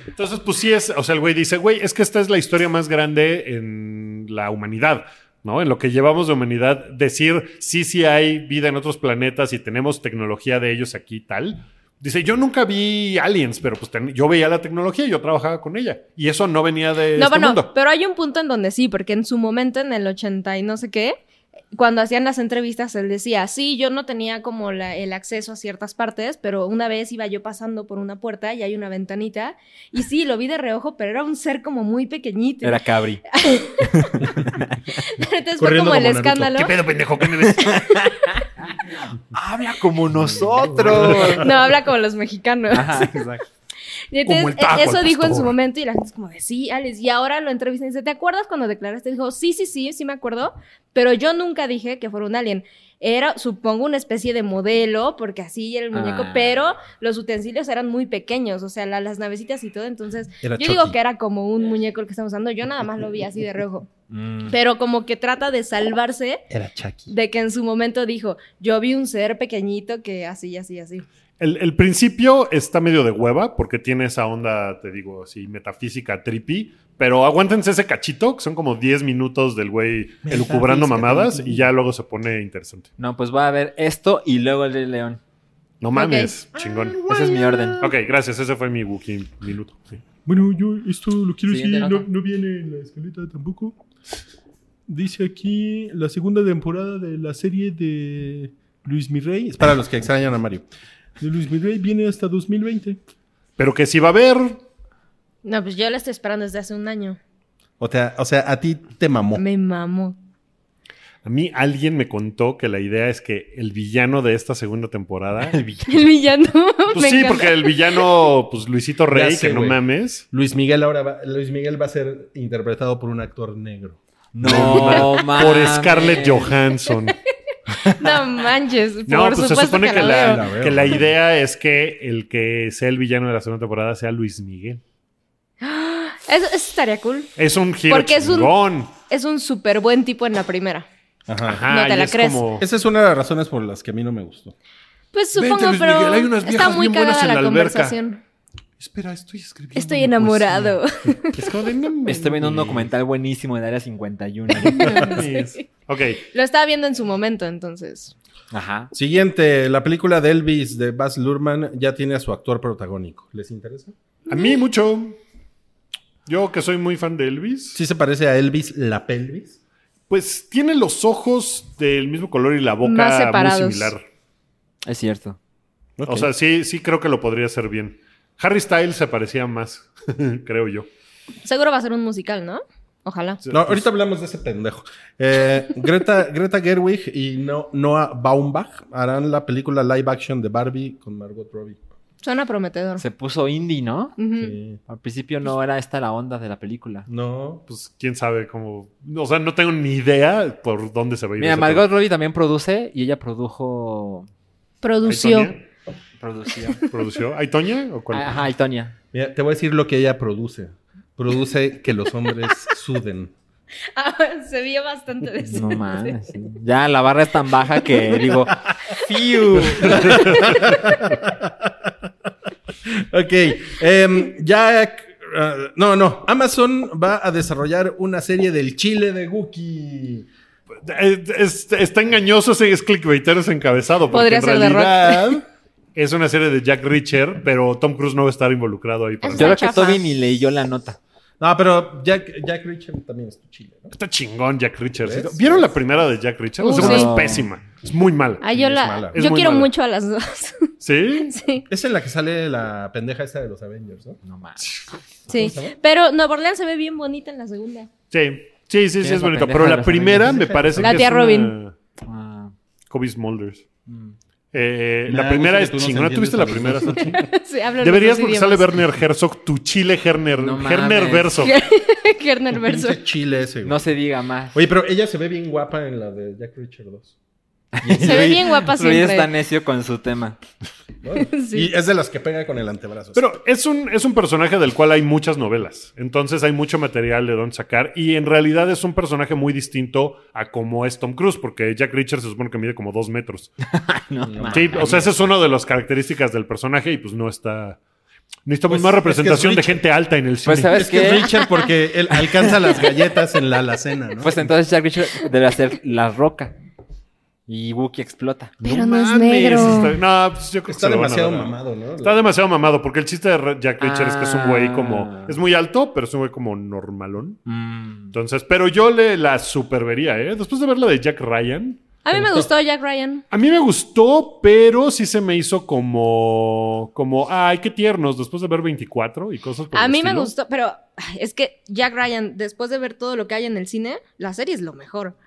Speaker 2: Entonces, pues sí es, o sea, el güey dice, güey, es que esta es la historia más grande en la humanidad, ¿no? En lo que llevamos de humanidad, decir, sí, sí hay vida en otros planetas y tenemos tecnología de ellos aquí, tal. Dice, yo nunca vi aliens, pero pues ten- yo veía la tecnología y yo trabajaba con ella. Y eso no venía de
Speaker 3: No,
Speaker 2: este
Speaker 3: bueno,
Speaker 2: mundo.
Speaker 3: pero hay un punto en donde sí, porque en su momento, en el 80 y no sé qué, cuando hacían las entrevistas, él decía, sí, yo no tenía como la- el acceso a ciertas partes, pero una vez iba yo pasando por una puerta y hay una ventanita, y sí, lo vi de reojo, pero era un ser como muy pequeñito.
Speaker 4: Era Cabri.
Speaker 3: Entonces fue
Speaker 5: Corriendo
Speaker 3: como el
Speaker 5: como Naruto.
Speaker 3: escándalo.
Speaker 2: ¿Qué pedo, pendejo? ¿Qué me ves?
Speaker 4: Habla como nosotros.
Speaker 3: No, habla como los mexicanos.
Speaker 4: Ajá, exacto.
Speaker 3: Y
Speaker 2: Como
Speaker 3: entonces,
Speaker 2: el taco
Speaker 3: e- eso
Speaker 2: al
Speaker 3: dijo en su
Speaker 2: pastor.
Speaker 3: momento y la gente es como de, sí, Alex. Y ahora lo entrevistan y dice, ¿te acuerdas cuando declaraste? Dijo, sí, sí, sí, sí me acuerdo, pero yo nunca dije que fuera un alien. Era, supongo, una especie de modelo, porque así era el muñeco,
Speaker 4: Ah.
Speaker 3: pero los utensilios eran muy pequeños, o sea, la- las navecitas y todo. Entonces,
Speaker 5: Era
Speaker 3: yo
Speaker 5: Chucky.
Speaker 3: digo que era como un muñeco el que estamos usando. Yo nada más lo vi así de reojo.
Speaker 4: Mm.
Speaker 3: Pero como que trata de salvarse
Speaker 5: Era Chucky.
Speaker 3: de que en su momento dijo, yo vi un ser pequeñito que así, así, así.
Speaker 2: El, el principio está medio de hueva porque tiene esa onda, te digo, así metafísica trippy, pero aguántense ese cachito, que son como 10 minutos del güey elucubrando mamadas y ya luego se pone interesante.
Speaker 4: No, pues va a haber esto y luego el Rey León.
Speaker 2: No mames, chingón.
Speaker 4: Ese es mi orden.
Speaker 2: Ok, gracias, ese fue mi Wookiee minuto. sí.
Speaker 7: Bueno, yo esto lo quiero
Speaker 4: Siguiente
Speaker 7: decir, no,
Speaker 4: nota.
Speaker 7: no viene en la escaleta tampoco. Dice aquí la segunda temporada de la serie de Luis Mirrey.
Speaker 5: Es para los que extrañan a Mario.
Speaker 7: De Luis Mirrey viene hasta 2020.
Speaker 2: Pero que sí va a haber.
Speaker 3: No, pues yo la estoy esperando desde hace un año.
Speaker 5: O sea, o sea, a ti te
Speaker 2: Ah.
Speaker 5: mamó.
Speaker 3: Me mamó.
Speaker 2: A mí alguien me contó que la idea es que el villano de esta segunda temporada.
Speaker 3: El villano.
Speaker 2: Pues
Speaker 3: me
Speaker 2: sí,
Speaker 3: encanta.
Speaker 2: porque el villano, pues Luisito Rey,
Speaker 5: sé,
Speaker 2: que no
Speaker 5: güey.
Speaker 2: mames.
Speaker 5: Luis Miguel ahora va, Luis Miguel va a ser interpretado por un actor negro.
Speaker 4: No,
Speaker 3: Ah,
Speaker 4: mames.
Speaker 2: Por Scarlett Johansson.
Speaker 3: No manches.
Speaker 2: No,
Speaker 3: por
Speaker 2: pues se
Speaker 3: supuesto
Speaker 2: supone que,
Speaker 3: que, la
Speaker 2: la,
Speaker 3: veo.
Speaker 5: veo.
Speaker 2: que la idea es que el que sea el villano de la segunda temporada sea Luis Miguel.
Speaker 3: Eso, eso estaría cool.
Speaker 2: Es un giro
Speaker 3: Porque es un-
Speaker 2: chingón.
Speaker 3: Es un súper buen tipo en la primera.
Speaker 2: Ajá,
Speaker 3: No te
Speaker 2: y
Speaker 3: la
Speaker 2: es
Speaker 3: crees.
Speaker 2: como-
Speaker 5: Esa es una de las razones por las que a mí no me gustó.
Speaker 3: Pues
Speaker 6: Vente,
Speaker 3: supongo,
Speaker 6: Luis
Speaker 3: pero
Speaker 6: Miguel, hay unas
Speaker 3: está
Speaker 6: viejas
Speaker 3: muy
Speaker 6: bien buenas
Speaker 3: cagada
Speaker 6: en
Speaker 3: la,
Speaker 6: la alberca.
Speaker 3: conversación.
Speaker 6: Espera, estoy escribiendo.
Speaker 3: Estoy enamorado.
Speaker 2: Es como de, no mames.
Speaker 4: Estoy viendo un documental buenísimo del Área 51.
Speaker 2: Sí. Ok,
Speaker 3: Lo estaba viendo en su momento, entonces.
Speaker 4: Ajá.
Speaker 5: Siguiente, la película de Elvis de Baz Luhrmann ya tiene a su actor protagónico. ¿Les interesa?
Speaker 2: a mí mucho. Yo que soy muy fan de Elvis.
Speaker 5: ¿Sí se parece a Elvis la pelvis?
Speaker 2: Pues tiene los ojos del mismo color y la
Speaker 3: Más
Speaker 2: boca muy
Speaker 3: separados.
Speaker 2: similar.
Speaker 4: Es cierto.
Speaker 2: O sea, sí, sí creo que lo podría hacer bien. Harry Styles se parecía más, creo yo.
Speaker 3: Seguro va a ser un musical, ¿no? Ojalá.
Speaker 5: No, ahorita hablamos de ese pendejo. Eh, Greta, Greta Gerwig y No- Noah Baumbach harán la película live action de Barbie con Margot Robbie.
Speaker 3: Suena prometedor.
Speaker 4: Se puso indie, ¿no?
Speaker 3: Ujú.
Speaker 5: Sí.
Speaker 4: Al principio no era esta la onda de la película.
Speaker 5: No,
Speaker 2: Pues quién sabe cómo. O sea, no tengo ni idea por dónde se va a ir.
Speaker 4: Mira,
Speaker 2: ese
Speaker 4: Margot Robbie también produce y ella produjo.
Speaker 2: pedo.
Speaker 3: Produció.
Speaker 2: ¿Ay,
Speaker 4: Producía.
Speaker 2: Toña? ¿Produció? ¿Ay, Toña? ¿O cuál?
Speaker 4: Ah, Ajá, y Tonya.
Speaker 5: Mira, te voy a decir lo que ella produce. Produce que los hombres suden.
Speaker 3: Ah, se vio bastante de eso.
Speaker 4: No mames. sí. Ya la barra es tan baja que digo, ¡fiu!
Speaker 5: Ok, em, ya... eh, no, no. Amazon va a desarrollar una serie del Chile de Guki.
Speaker 2: Es- Eh, es- está engañoso ese es clickbaitero ese encabezado. Porque
Speaker 3: Podría
Speaker 2: en
Speaker 3: ser de Rock.
Speaker 2: realidad es una serie de Jack Reacher, pero Tom Cruise no va a estar involucrado ahí. Para
Speaker 3: Eso
Speaker 4: Yo
Speaker 2: nada.
Speaker 4: creo que
Speaker 3: chafa.
Speaker 4: Toby ni leyó la nota.
Speaker 5: No, pero Jack, Jack Richard también es tu Chile, ¿no?
Speaker 2: Está chingón Jack Reacher. ¿sí?
Speaker 5: ¿Ves?
Speaker 2: ¿Vieron la primera de Jack Reacher? La
Speaker 3: Uh,
Speaker 2: segunda
Speaker 4: sí.
Speaker 2: es pésima. Es muy mala.
Speaker 3: Ah, yo
Speaker 5: Es
Speaker 3: la-
Speaker 5: mala.
Speaker 2: Es
Speaker 3: yo
Speaker 2: muy
Speaker 3: quiero
Speaker 2: mala.
Speaker 3: mucho a las dos.
Speaker 2: ¿Sí?
Speaker 3: sí.
Speaker 5: Es en la que sale la pendeja esta de los Avengers, ¿no?
Speaker 4: No mames.
Speaker 3: Sí. Pero Nueva Orleans se ve bien bonita en la segunda.
Speaker 2: Sí. Sí, sí, sí,
Speaker 4: ¿Quién
Speaker 2: es
Speaker 4: es la
Speaker 2: bonito.
Speaker 4: pendeja
Speaker 2: Pero
Speaker 4: de
Speaker 2: la
Speaker 4: los
Speaker 2: primera
Speaker 4: Avengers?
Speaker 2: me parece
Speaker 3: La
Speaker 2: que
Speaker 3: tía
Speaker 2: es
Speaker 3: Robin.
Speaker 2: una-
Speaker 4: Ah,
Speaker 2: Kobe Smulders.
Speaker 4: mm.
Speaker 2: Eh,
Speaker 5: Me
Speaker 2: la
Speaker 5: da
Speaker 2: primera
Speaker 5: gusto
Speaker 2: es
Speaker 5: que tú no
Speaker 2: chingona.
Speaker 5: se
Speaker 2: ¿Tuviste la primera?
Speaker 5: entiendes
Speaker 2: Sachi?
Speaker 3: Sí, hablan
Speaker 2: Deberías
Speaker 3: los dos
Speaker 2: porque sale
Speaker 3: idiomas.
Speaker 2: Werner Herzog, tu chile Herner,
Speaker 4: No mames.
Speaker 2: Herner verso.
Speaker 3: Kerner verso.
Speaker 5: Pinche Chile ese, güey.
Speaker 4: No se diga más.
Speaker 5: Oye, pero ella se ve bien guapa en la de Jack Richard 2.
Speaker 3: Se ve bien guapa
Speaker 4: Luis está
Speaker 3: siempre.
Speaker 4: necio con su tema.
Speaker 3: Sí.
Speaker 5: Y es de las que pega con el antebrazo.
Speaker 2: Pero es un, es un personaje del cual hay muchas novelas. Entonces hay mucho material de dónde sacar. Y en realidad es un personaje muy distinto a como es Tom Cruise, porque Jack Richard se supone que mide como dos metros.
Speaker 4: No, mames.
Speaker 2: Sí, o sea, esa es una de las características del personaje y pues no está. Necesitamos
Speaker 5: Pues,
Speaker 2: más
Speaker 5: es que es
Speaker 2: representación de
Speaker 5: Richard.
Speaker 2: gente alta en el cine.
Speaker 4: Pues, ¿sabes
Speaker 5: es que es
Speaker 4: qué?
Speaker 5: Richard porque él
Speaker 2: Pues
Speaker 5: alcanza las galletas en la alacena, ¿no?
Speaker 4: Pues entonces Jack Richard debe hacer La Roca. Y Wookiee explota.
Speaker 3: Pero no es negro.
Speaker 2: está- no, pues yo creo que
Speaker 5: Está
Speaker 2: se lo van a
Speaker 5: demasiado
Speaker 2: dar a-
Speaker 5: mamado, ¿no?
Speaker 2: Está demasiado mamado, porque el chiste de Re- Jack Reacher es que es un güey como.
Speaker 4: Ah.
Speaker 2: Es muy alto, pero es un güey como normalón.
Speaker 4: Mm.
Speaker 2: Entonces, pero yo le la supervería, ¿eh? Después de ver la de Jack Ryan,
Speaker 3: A mí me gustó Jack Ryan.
Speaker 2: a mí me gustó, pero sí se me hizo como. Como, ay, qué tiernos, después de ver 24 y cosas por
Speaker 3: A
Speaker 2: el
Speaker 3: mí me
Speaker 2: estilo.
Speaker 3: gustó, pero ay, es que Jack Ryan, después de ver todo lo que hay en el cine, la serie es lo mejor.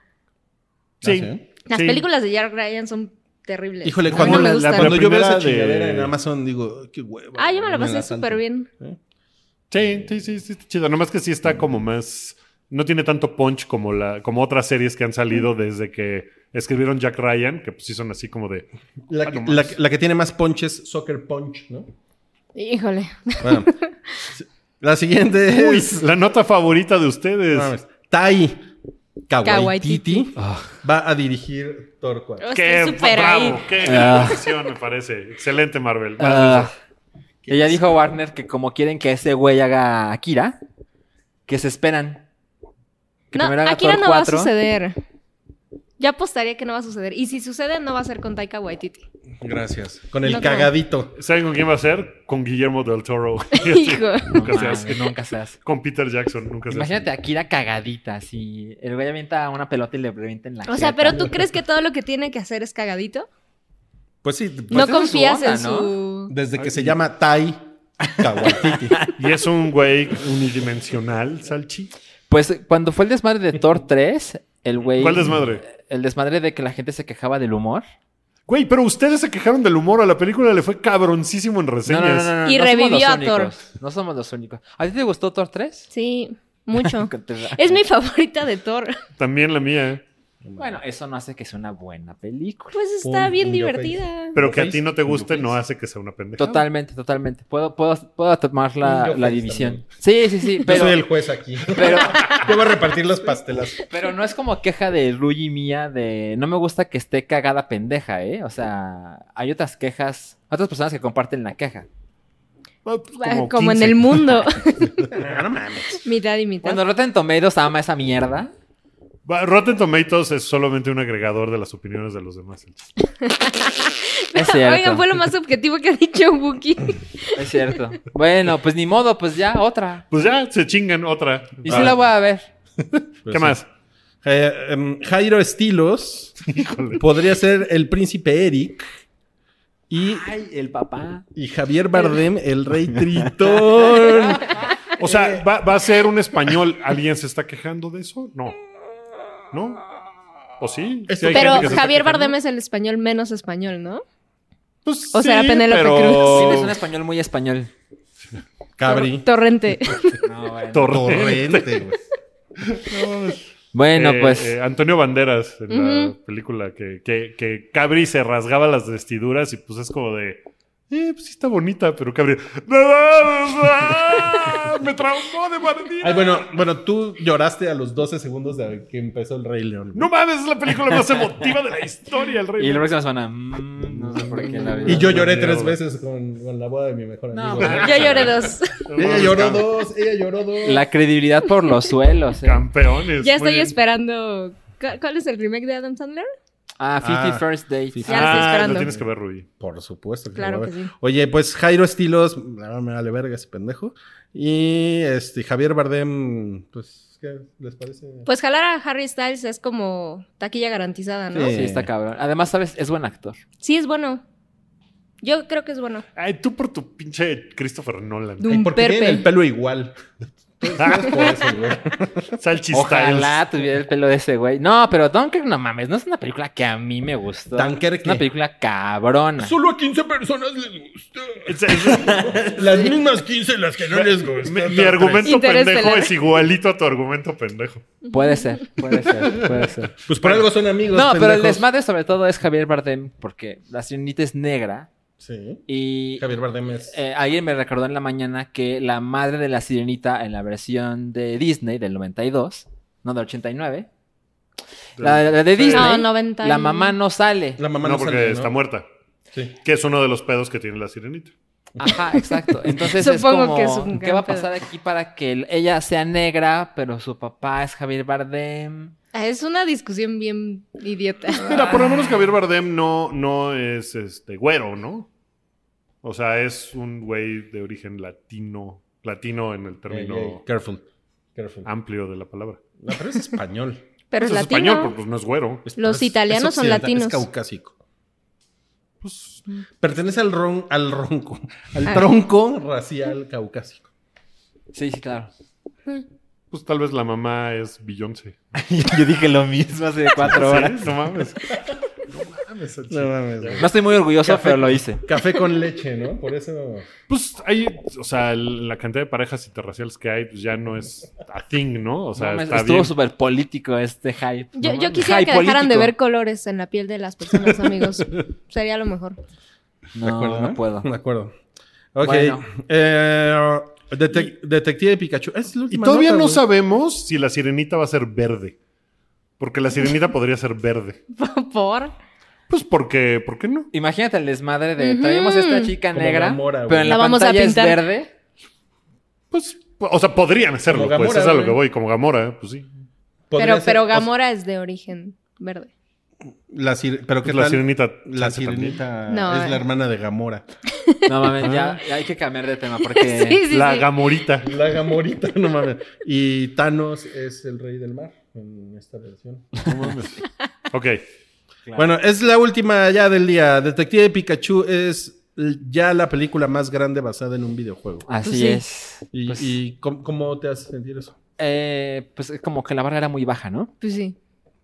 Speaker 2: Sí.
Speaker 5: Ah, ¿sí?
Speaker 3: Las
Speaker 2: Sí.
Speaker 3: películas de Jack Ryan son terribles.
Speaker 5: Híjole,
Speaker 3: A mí
Speaker 5: cuando
Speaker 3: no
Speaker 2: la-
Speaker 3: me
Speaker 2: la
Speaker 3: gustan.
Speaker 5: Cuando yo veo
Speaker 2: primera
Speaker 5: esa
Speaker 2: de-
Speaker 5: chingadera en Amazon, digo, qué hueva.
Speaker 3: Ah, yo me la
Speaker 5: güey,
Speaker 3: pasé
Speaker 5: salto.
Speaker 3: súper bien.
Speaker 2: Sí, sí, sí, sí, está chido. Nomás que sí está como más. No tiene tanto punch como, la, como otras series que han salido desde que escribieron Jack Ryan, que pues sí son así como de.
Speaker 5: La que, la que- la que tiene más punches, Soccer Punch, ¿no?
Speaker 3: Híjole.
Speaker 5: Bueno. la siguiente
Speaker 2: Uy,
Speaker 5: es...
Speaker 2: la nota favorita de ustedes.
Speaker 5: no mames, Tai Kawaititi
Speaker 3: Kawaititi.
Speaker 5: va a dirigir Torquato.
Speaker 2: Qué
Speaker 3: Estoy súper ahí.
Speaker 2: bravo, qué
Speaker 4: Ah.
Speaker 2: elección, me parece. Excelente, Marvel.
Speaker 4: Ah, ella dijo a Warner que como quieren que ese güey haga Akira, que se esperan. Que
Speaker 3: No,
Speaker 4: primero haga
Speaker 3: Akira
Speaker 4: Thor
Speaker 3: no va a
Speaker 4: 4.
Speaker 3: suceder. Ya apostaría que no va a suceder. Y si sucede, no va a ser con Taika Waititi.
Speaker 5: Gracias. Con el
Speaker 3: No, no.
Speaker 5: cagadito.
Speaker 2: ¿Saben con quién va a ser? Con Guillermo del Toro.
Speaker 3: Hijo.
Speaker 2: nunca
Speaker 4: No
Speaker 2: se
Speaker 4: mames,
Speaker 2: hace.
Speaker 4: nunca se hace.
Speaker 2: Con Peter Jackson, nunca se hace.
Speaker 4: Imagínate a Akira cagadita, si el güey avienta una pelota y le revienta en la
Speaker 3: O sea,
Speaker 4: jeta.
Speaker 3: pero ¿tú crees que todo lo que tiene que hacer es cagadito?
Speaker 5: Pues sí,
Speaker 3: No
Speaker 4: esa es su
Speaker 3: confías
Speaker 4: onda,
Speaker 3: en su...
Speaker 5: desde que se llama Tai Kawaititi.
Speaker 2: Y es un güey unidimensional, Salchi.
Speaker 4: Pues cuando fue el desmadre de Thor 3, el güey...
Speaker 2: ¿Cuál desmadre?
Speaker 4: El desmadre de que la gente se quejaba del humor.
Speaker 2: Güey, pero ustedes se quejaron del humor. A la película le fue cabroncísimo en
Speaker 4: No,
Speaker 2: reseñas.
Speaker 4: no, no, no, no,
Speaker 3: Y
Speaker 4: no somos los
Speaker 3: revivió a
Speaker 4: únicos.
Speaker 3: Thor.
Speaker 4: No somos los únicos. ¿A ti te gustó Thor 3?
Speaker 3: Sí, mucho. Es mi favorita de Thor.
Speaker 2: También la mía. ¿eh?
Speaker 4: Bueno, eso no hace que sea una buena película.
Speaker 3: Pues está
Speaker 5: Pum,
Speaker 3: bien
Speaker 5: in your
Speaker 3: divertida.
Speaker 2: Pero que a
Speaker 5: ¿Face?
Speaker 2: ti no te guste
Speaker 5: ¿Face?
Speaker 2: no hace que sea una pendeja.
Speaker 4: Totalmente, totalmente. Puedo, puedo, puedo tomar
Speaker 5: Yo
Speaker 4: la, la
Speaker 5: pues
Speaker 4: división. Sí, sí, sí. Pero,
Speaker 5: Yo soy el juez aquí.
Speaker 4: pero,
Speaker 5: Yo voy a repartir las pastelas.
Speaker 4: pero no es como queja de Ruy y mía de no me gusta que esté cagada pendeja, ¿eh? O sea, hay otras quejas, otras personas que comparten la queja.
Speaker 2: Ah, pues,
Speaker 3: Como, en
Speaker 2: 15.
Speaker 3: el mundo.
Speaker 5: No mames.
Speaker 3: mitad y mitad.
Speaker 4: Cuando Rotten Tomatoes ama esa mierda.
Speaker 2: Va, Rotten Tomatoes es solamente un agregador de las opiniones de los demás. Salchi.
Speaker 4: Es cierto.
Speaker 3: Oigan, fue lo más objetivo que ha dicho Wookie.
Speaker 4: Es cierto. Bueno, pues ni modo, pues ya, otra.
Speaker 2: Pues ya, se chingan otra.
Speaker 4: Y sí la voy a ver.
Speaker 5: Pues
Speaker 2: ¿Qué más?
Speaker 5: Eh, em, Jairo Estilos
Speaker 2: Híjole.
Speaker 5: podría ser el príncipe Eric y,
Speaker 4: Ay, el papá.
Speaker 5: y Javier Bardem, el rey Tritón.
Speaker 2: O sea, va, va a ser un español. ¿Alguien se está quejando de eso? No. ¿No? ¿O sí? Sí hay
Speaker 3: Pero
Speaker 2: gente que se está
Speaker 3: Javier
Speaker 2: quejando.
Speaker 3: Bardem es el español menos español, ¿no?
Speaker 2: Pues
Speaker 3: o será
Speaker 2: sí,
Speaker 3: Penélope
Speaker 2: pero-
Speaker 3: Cruz.
Speaker 4: Tienes un español muy español.
Speaker 5: Cabri.
Speaker 3: Torrente.
Speaker 4: No, bueno.
Speaker 2: Torre.
Speaker 5: Torrente, güey.
Speaker 4: Bueno,
Speaker 2: Eh,
Speaker 4: pues.
Speaker 2: eh, Antonio Banderas en
Speaker 3: Ujú.
Speaker 2: la película que, que, que Cabri se rasgaba las vestiduras y pues es como de. Eh, pues sí está bonita, pero Cabri. "No mames, ah, Me traumó de
Speaker 5: Ay,
Speaker 2: Bardem.
Speaker 5: bueno, bueno, tú lloraste a los 12 segundos de que empezó el Rey León. güey.
Speaker 2: No mames, es la película más emotiva de la historia, el rey.
Speaker 4: Y la próxima semana. mm, no sé por qué la vi.
Speaker 5: Y yo lloré
Speaker 2: Dios,
Speaker 5: tres
Speaker 2: güey.
Speaker 5: veces con, con la boda de mi mejor
Speaker 4: No,
Speaker 5: amigo.
Speaker 4: mames.
Speaker 5: güey.
Speaker 3: Yo lloré dos.
Speaker 2: No
Speaker 5: Ella
Speaker 2: mames,
Speaker 5: lloró
Speaker 2: cam-
Speaker 5: dos, ella lloró dos.
Speaker 4: La credibilidad por los suelos. eh.
Speaker 2: Campeones.
Speaker 3: Ya
Speaker 2: muy
Speaker 3: estoy
Speaker 2: bien.
Speaker 3: esperando. ¿Cu- ¿Cuál es el remake de Adam Sandler?
Speaker 4: Ah, 50
Speaker 5: Ah.
Speaker 4: First
Speaker 3: Ya
Speaker 4: Dates.
Speaker 3: lo estoy
Speaker 2: Ah,
Speaker 3: esperando.
Speaker 2: lo tienes que ver, Rubí.
Speaker 5: Por supuesto que
Speaker 3: Claro
Speaker 5: lo
Speaker 3: que
Speaker 5: veo.
Speaker 3: sí.
Speaker 5: Oye, pues Jairo Estilos, ah, me vale verga ese pendejo. Y este Javier Bardem, pues, ¿qué les parece?
Speaker 3: Pues jalar a Harry Styles es como taquilla garantizada, ¿no?
Speaker 5: Sí.
Speaker 3: Sí,
Speaker 4: Sí, está cabrón. Además, ¿sabes? Es buen actor.
Speaker 3: es bueno. Yo creo que es bueno.
Speaker 2: Ay, tú por tu pinche Christopher Nolan. Ah,
Speaker 3: Dum
Speaker 5: porque
Speaker 3: perpe.
Speaker 5: tienen el pelo igual. Entonces, por eso, güey.
Speaker 2: Salchi
Speaker 4: Ojalá
Speaker 2: Styles.
Speaker 4: tuviera el pelo de ese güey. No, pero Dunkirk, no mames. No es una película que a mí me gustó.
Speaker 5: Dunkerque.
Speaker 4: Es una película cabrona.
Speaker 7: Solo a 15 personas les gusta.
Speaker 2: Es- es-
Speaker 7: Las mismas 15 las que no les gusta.
Speaker 2: mi, mi argumento
Speaker 3: Interestelar.
Speaker 2: pendejo es igualito a tu argumento pendejo.
Speaker 4: Puede ser, puede ser, puede ser.
Speaker 5: Pues por algo son amigos.
Speaker 4: No, pero el
Speaker 5: pendejos.
Speaker 4: desmadre sobre todo es Javier Bardem, porque la señorita es negra
Speaker 5: Sí.
Speaker 4: y
Speaker 5: Javier Bardem es.
Speaker 4: Eh, alguien me recordó en la mañana que la madre de la sirenita en la versión de Disney del 92, no del 89, la, la de Disney,
Speaker 3: Ah, No, 90 y-
Speaker 4: la mamá no sale.
Speaker 5: La mamá
Speaker 2: No,
Speaker 5: no,
Speaker 2: porque
Speaker 5: sale, ¿no?
Speaker 2: está muerta.
Speaker 5: Sí.
Speaker 2: Que es uno de los pedos que tiene la sirenita.
Speaker 4: Ajá, exacto. Entonces
Speaker 3: Supongo que
Speaker 4: es
Speaker 3: es
Speaker 4: como,
Speaker 3: un
Speaker 4: ¿qué
Speaker 3: gran
Speaker 4: va a pasar aquí para que el- ella sea negra, pero su papá es Javier Bardem?
Speaker 3: Ah, Es una discusión bien idiota.
Speaker 2: Mira, por lo menos Javier Bardem no, no es este güero, ¿no? O sea, es un güey de origen latino, latino en el término
Speaker 5: Ey, ey, Careful. Careful.
Speaker 2: amplio de la palabra.
Speaker 5: No, pero es español.
Speaker 3: Pero es,
Speaker 2: es
Speaker 3: latino.
Speaker 2: español, pero pues no es güero.
Speaker 5: Es-
Speaker 3: Los
Speaker 5: es-
Speaker 3: italianos
Speaker 5: es
Speaker 3: son
Speaker 5: occidental,
Speaker 3: latinos.
Speaker 5: Es caucásico.
Speaker 2: Pues,
Speaker 5: Pertenece al ron, al ronco,
Speaker 3: Ah.
Speaker 5: al tronco racial caucásico.
Speaker 4: Sí, sí, claro.
Speaker 2: Pues tal vez la mamá es Beyoncé.
Speaker 4: Yo dije lo mismo hace cuatro horas.
Speaker 2: No mames.
Speaker 5: No mames, güey.
Speaker 4: No estoy muy orgulloso,
Speaker 5: Café.
Speaker 4: pero lo hice.
Speaker 5: Café con leche, ¿no? Por eso.
Speaker 2: Pues hay, o sea, el- la cantidad de parejas interraciales que hay, pues ya no es a thing, ¿no? O sea,
Speaker 4: No,
Speaker 2: está
Speaker 4: estuvo
Speaker 2: bien.
Speaker 4: súper político este hype.
Speaker 3: Yo,
Speaker 4: No
Speaker 3: yo
Speaker 4: mames.
Speaker 3: quisiera
Speaker 4: Hype
Speaker 3: que dejaran de
Speaker 4: político.
Speaker 3: ver colores en la piel de las personas, amigos. Sería lo mejor.
Speaker 5: De
Speaker 4: No,
Speaker 5: acuerdo,
Speaker 4: no puedo.
Speaker 5: Ah, De acuerdo. Ok.
Speaker 4: Bueno.
Speaker 5: Eh, detec- Detective Pikachu. Es la
Speaker 2: Y
Speaker 5: última
Speaker 2: todavía
Speaker 5: nota,
Speaker 2: no
Speaker 5: güey.
Speaker 2: sabemos si la sirenita va a ser verde. Porque la sirenita podría ser verde.
Speaker 3: Por.
Speaker 2: Pues porque, ¿por qué no?
Speaker 4: Imagínate el desmadre de
Speaker 3: Ujú.
Speaker 4: traemos a esta chica
Speaker 5: Como
Speaker 4: negra,
Speaker 5: Gamora, güey.
Speaker 4: pero en la,
Speaker 3: La vamos a
Speaker 4: pantalla es
Speaker 3: pintar.
Speaker 4: verde.
Speaker 2: Pues, o sea, podrían hacerlo,
Speaker 5: Como
Speaker 2: pues,
Speaker 5: Gamora,
Speaker 2: es a lo
Speaker 5: güey.
Speaker 2: que voy, como Gamora, pues sí.
Speaker 5: Podría
Speaker 3: Pero,
Speaker 5: ser-
Speaker 3: pero
Speaker 5: o sea,
Speaker 3: Gamora es de origen verde.
Speaker 5: la sir- pero qué
Speaker 2: Pues la
Speaker 5: tal?
Speaker 2: sirenita.
Speaker 5: La
Speaker 2: chance también.
Speaker 5: sirenita
Speaker 3: No,
Speaker 5: es la
Speaker 3: eh.
Speaker 5: hermana de Gamora.
Speaker 4: No mames, ya, ya hay que cambiar de tema porque
Speaker 3: Sí, sí,
Speaker 2: La
Speaker 3: sí.
Speaker 2: gamorita.
Speaker 5: La Gamorita, no mames. Y Thanos es el rey del mar en esta versión.
Speaker 2: Ok.
Speaker 5: Bueno, es la última ya del día. Detective Pikachu es l- ya la película más grande basada en un videojuego.
Speaker 4: así
Speaker 3: Pues sí.
Speaker 4: es.
Speaker 5: ¿Y,
Speaker 4: pues,
Speaker 5: y cómo, cómo te hace sentir eso?
Speaker 4: eh, pues es como que la barra era muy baja, ¿no?
Speaker 3: Pues sí.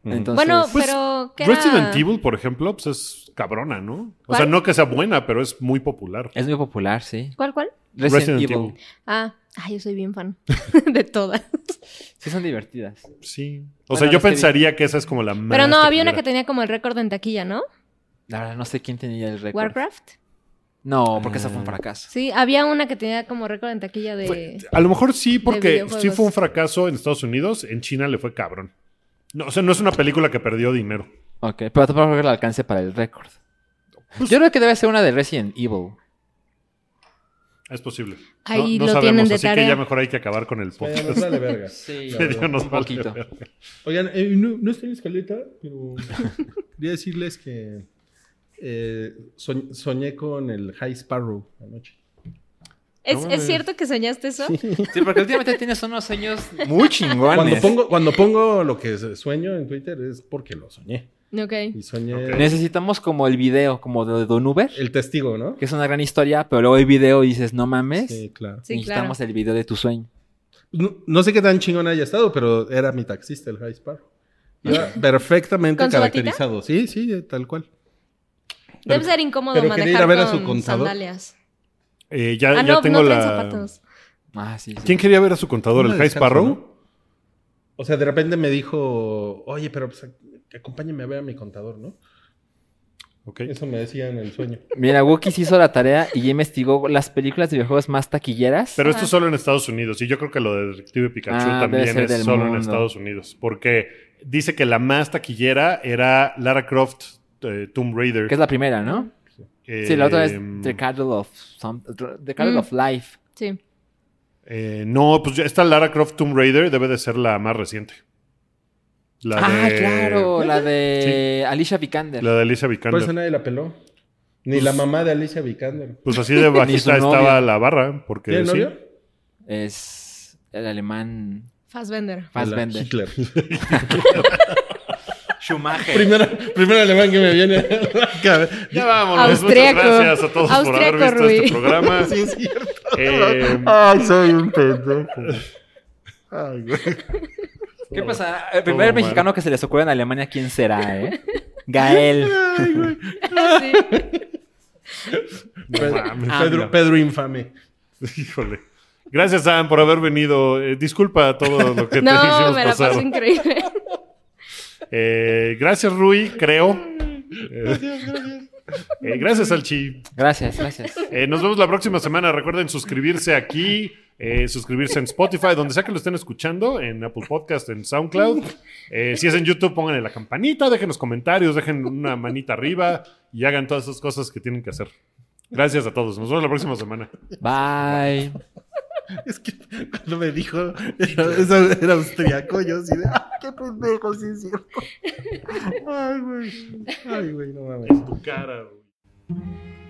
Speaker 4: Entonces,
Speaker 3: bueno,
Speaker 2: Pues,
Speaker 3: pero. ¿qué era?
Speaker 2: Resident Evil, por ejemplo, pues es cabrona, ¿no? O
Speaker 3: ¿Cuál?
Speaker 2: sea, no que sea buena, pero es muy popular.
Speaker 4: es muy popular, sí.
Speaker 3: ¿Cuál, cuál?
Speaker 4: Resident, Evil.
Speaker 3: Ah, ay, yo soy bien fan de todas.
Speaker 4: Sí, son divertidas.
Speaker 2: Sí. O
Speaker 4: Bueno,
Speaker 2: sea,
Speaker 4: no
Speaker 2: yo
Speaker 4: estoy
Speaker 2: pensaría que esa es como la más.
Speaker 3: Pero no, había una que
Speaker 2: taquillera.
Speaker 3: tenía como el récord en taquilla, ¿no?
Speaker 4: La verdad, no sé quién tenía el récord.
Speaker 3: Warcraft.
Speaker 4: No, porque esa fue un fracaso.
Speaker 3: Sí, había una que tenía como récord en taquilla Este, de.
Speaker 2: A lo mejor sí, porque
Speaker 3: videojuegos.
Speaker 2: sí fue un fracaso en Estados Unidos, en China le fue cabrón. No, o sea, no es una película que perdió dinero.
Speaker 4: Ok, pero tampoco creo que la alcance para el récord. Yo creo que debe ser una de Resident Evil.
Speaker 2: Es posible.
Speaker 3: Ahí
Speaker 2: no, no
Speaker 3: lo
Speaker 2: sabemos,
Speaker 3: tienen de
Speaker 2: así
Speaker 3: tarea.
Speaker 2: que ya mejor hay que acabar con el
Speaker 3: pues,
Speaker 5: Medio
Speaker 2: podcast.
Speaker 5: nos vale verga.
Speaker 4: Sí,
Speaker 2: Medio nos
Speaker 4: un
Speaker 2: vale
Speaker 4: poquito.
Speaker 2: verga.
Speaker 5: Oigan, eh, no, no está en la escaleta, pero quería decirles que eh, soñ- soñé con el High Sparrow anoche.
Speaker 3: ¿Es, es cierto que soñaste eso?
Speaker 4: Sí, porque últimamente tienes unos sueños muy chingones.
Speaker 5: Cuando pongo, cuando pongo lo que sueño en Twitter es porque lo soñé.
Speaker 3: Ok.
Speaker 5: Y soñé
Speaker 4: Necesitamos como el video, como de Don Uber,
Speaker 5: el testigo, ¿no?
Speaker 4: que es una gran historia, pero luego el video y dices, no mames,
Speaker 5: Sí, claro.
Speaker 3: Sí, claro.
Speaker 4: necesitamos el video de tu sueño.
Speaker 5: No, no sé qué tan chingón haya estado, pero era mi taxista el High Sparrow. Iba perfectamente
Speaker 3: ¿Con su batita?
Speaker 5: caracterizado. Sí, sí, eh, tal cual.
Speaker 3: Debe ser incómodo
Speaker 5: pero quería ir
Speaker 3: manejar
Speaker 5: a ver a su
Speaker 3: con
Speaker 5: contador.
Speaker 3: sandalias.
Speaker 2: Eh, ya
Speaker 3: Ah,
Speaker 2: ya
Speaker 3: no,
Speaker 2: tengo
Speaker 3: no traen
Speaker 2: la.
Speaker 3: zapatos.
Speaker 4: Ah, sí, sí.
Speaker 2: ¿Quién quería ver a su contador?
Speaker 5: Una
Speaker 2: ¿El High
Speaker 5: descanso,
Speaker 2: Sparrow?
Speaker 5: ¿no? O sea, de repente me dijo, oye, pero pues, ac- acompáñame a ver a mi contador, ¿no?
Speaker 2: Ok.
Speaker 5: Eso me decía en el sueño.
Speaker 4: Mira, Wookiee se hizo la tarea y ya investigó las películas de videojuegos más taquilleras.
Speaker 2: Pero esto
Speaker 3: Ajá.
Speaker 2: es solo en Estados Unidos. Y yo creo que lo de Detective Pikachu
Speaker 4: Ah, debe
Speaker 2: también
Speaker 4: ser
Speaker 2: es
Speaker 4: del
Speaker 2: solo en
Speaker 4: mundo.
Speaker 2: Estados Unidos. Porque dice que la más taquillera era Lara Croft eh, Tomb Raider.
Speaker 4: que es la primera, ¿no?
Speaker 2: Eh,
Speaker 4: sí, la otra es The Cradle of, some- The Cradle
Speaker 3: Mm.
Speaker 4: of Life.
Speaker 3: Sí.
Speaker 2: eh, no, pues ya esta Lara Croft Tomb Raider debe de ser la más reciente. La
Speaker 4: ah,
Speaker 2: de,
Speaker 4: claro, la de Alicia Vikander.
Speaker 2: La de Alicia Vikander.
Speaker 5: Por eso Pues, nadie la peló. Ni
Speaker 2: Pues-
Speaker 5: la mamá de Alicia Vikander.
Speaker 2: Pues así de bajita
Speaker 4: novio.
Speaker 2: estaba la barra. Porque
Speaker 5: ¿Tiene
Speaker 2: sí.
Speaker 5: novio?
Speaker 4: Es el alemán
Speaker 3: Fassbender.
Speaker 4: Fassbender.
Speaker 5: Hitler.
Speaker 4: Schumacher.
Speaker 5: primero, primero alemán que me viene a la cabeza.
Speaker 2: Ya vámonos. Muchas
Speaker 3: Austriaco.
Speaker 2: gracias a todos por haber
Speaker 3: Austriaco,
Speaker 2: visto
Speaker 3: Rui.
Speaker 2: este programa.
Speaker 5: Sí, es cierto.
Speaker 2: Eh,
Speaker 5: Ay, soy un pendejo. Ay, güey.
Speaker 4: ¿Qué pasa? El primer
Speaker 2: mal.
Speaker 4: mexicano que se les ocurre en Alemania, ¿quién será, eh? Gael.
Speaker 3: Sí.
Speaker 5: Pedro,
Speaker 2: mames.
Speaker 5: Pedro, Pedro infame.
Speaker 2: Eh, Híjole. Gracias, Sam, por haber venido. Eh, disculpa todo lo que te
Speaker 3: No,
Speaker 2: hicimos
Speaker 3: me la
Speaker 2: pasar.
Speaker 3: paso increíble.
Speaker 2: Eh, gracias, Rui, creo. Gracias, gracias. gracias, Alchi.
Speaker 4: Gracias, gracias.
Speaker 2: Eh, nos vemos la próxima semana. Recuerden suscribirse aquí, eh, suscribirse en Spotify, donde sea que lo estén escuchando, en Apple Podcast, en SoundCloud. Eh, si es en YouTube, pónganle la campanita, déjenos comentarios, dejen una manita arriba y hagan todas esas cosas que tienen que hacer. Gracias a todos. Nos vemos la próxima semana.
Speaker 4: Bye.
Speaker 5: Es que cuando me dijo, era, esa- era austriaco, yo así de, ¡ah, qué pendejo, sí es cierto! Ay, güey. Ay, güey, no mames.
Speaker 2: Tu cara, güey.